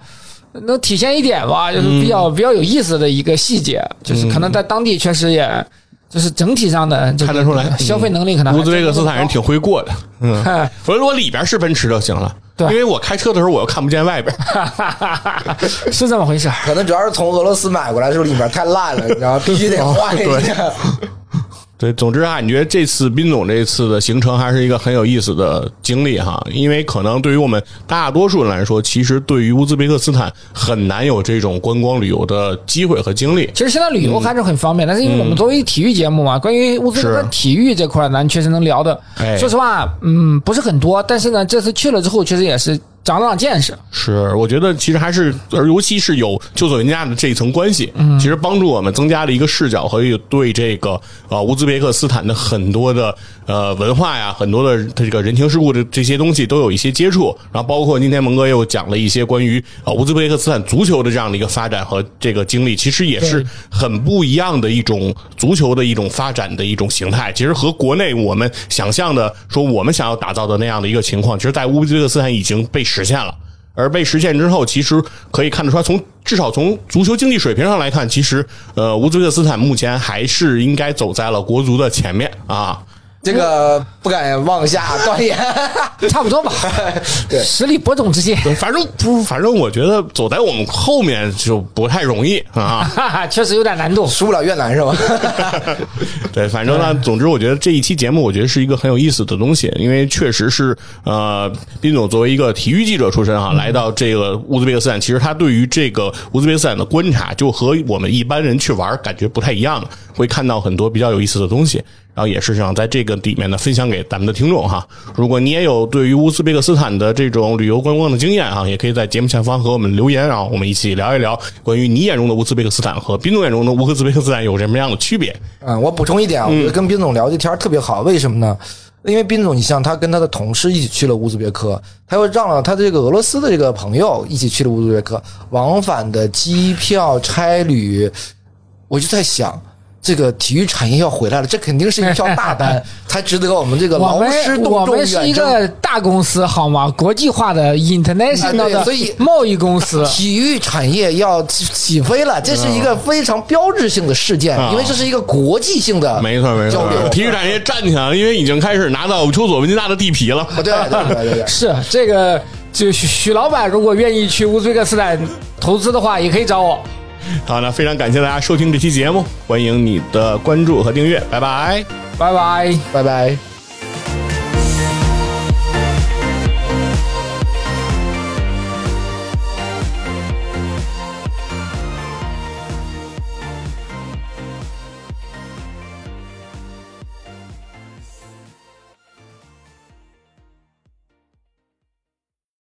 能体现一点嗯吧，就是比较比较有意思的一个细节，就是可能在当地确实也。就是整体上的这个看得出来嗯消费能力可能乌还兹别克斯坦人真挺会过的，不高我说我里边是奔驰就行了，对因为我开车的时候我又看不见外边，是这么回事儿。可能主要是从俄罗斯买过来的时候里面太烂了，你知道吗？必须得换一 下。对，总之啊，感觉这次斌总这次的行程还是一个很有意思的经历哈，因为可能对于我们大多数人来说，其实对于乌兹别克斯坦很难有这种观光旅游的机会和经历。其实现在旅游还是很方便，但是因为我们作为体育节目嘛，关于乌兹别克嗯是体育这块，咱确实能聊的哎，说实话，嗯，不是很多。但是呢，这次去了之后，确实也是长长见识。是，我觉得其实还是，而尤其是有丘索云加的这一层关系，其实帮助我们增加了一个视角和一个对这个呃乌兹别克斯坦的很多的呃文化呀，很多的这个人情世故的这些东西都有一些接触。然后包括今天蒙哥又讲了一些关于呃乌兹别克斯坦足球的这样的一个发展和这个经历，其实也是很不一样的一种足球的一种发展的一种形态。其实和国内我们想象的说我们想要打造的那样的一个情况，其实在乌兹别克斯坦已经被实现了。而被实现之后，其实可以看得出来，从至少从足球经济水平上来看，其实呃，乌兹别克斯坦目前还是应该走在了国足的前面啊。这个不敢妄下断言， 差不多吧， 对实力伯仲之间， 反正不，反正我觉得走在我们后面就不太容易啊。哈哈，确实有点难度。 输不了越南是吧？ 对，反正呢，总之我觉得这一期节目，我觉得是一个很有意思的东西，因为确实是呃，斌总作为一个体育记者出身啊，来到这个乌兹别克斯坦，其实他对于这个乌兹别克斯坦的观察，就和我们一般人去玩儿感觉不太一样，会看到很多比较有意思的东西。然后也是想在这个里面呢分享给咱们的听众哈。如果你也有对于乌兹别克斯坦的这种旅游观光的经验啊，也可以在节目下方和我们留言啊，我们一起聊一聊关于你眼中的乌兹别克斯坦和宾总眼中的乌兹别克斯坦有什么样的区别。 嗯，我补充一点啊，我觉得跟斌总聊这天儿特别好，为什么呢？因为斌总，你像他跟他的同事一起去了乌兹别克，他又让了他的这个俄罗斯的这个朋友一起去了乌兹别克，往返的机票、差旅，我就在想，这个体育产业要回来了，这肯定是一票大 单，才值得我们这个我劳师们我动众们是一远个征。大公司好吗？国际化的 international 哎的对所以贸易公 司，啊体育产业要起起飞了，这是一个非常标志性的事件，嗯因为这是一个国际性的没错没啊交错流，。体育产业站起来了，因为已经开始拿到丘索维金纳的地皮了。对对对对对。是这个就许许老板如果愿意去乌兹别克斯坦投资的话，也可以找我。好，那非常感谢大家收听这期节目，欢迎你的关注和订阅，拜拜。拜拜。拜拜。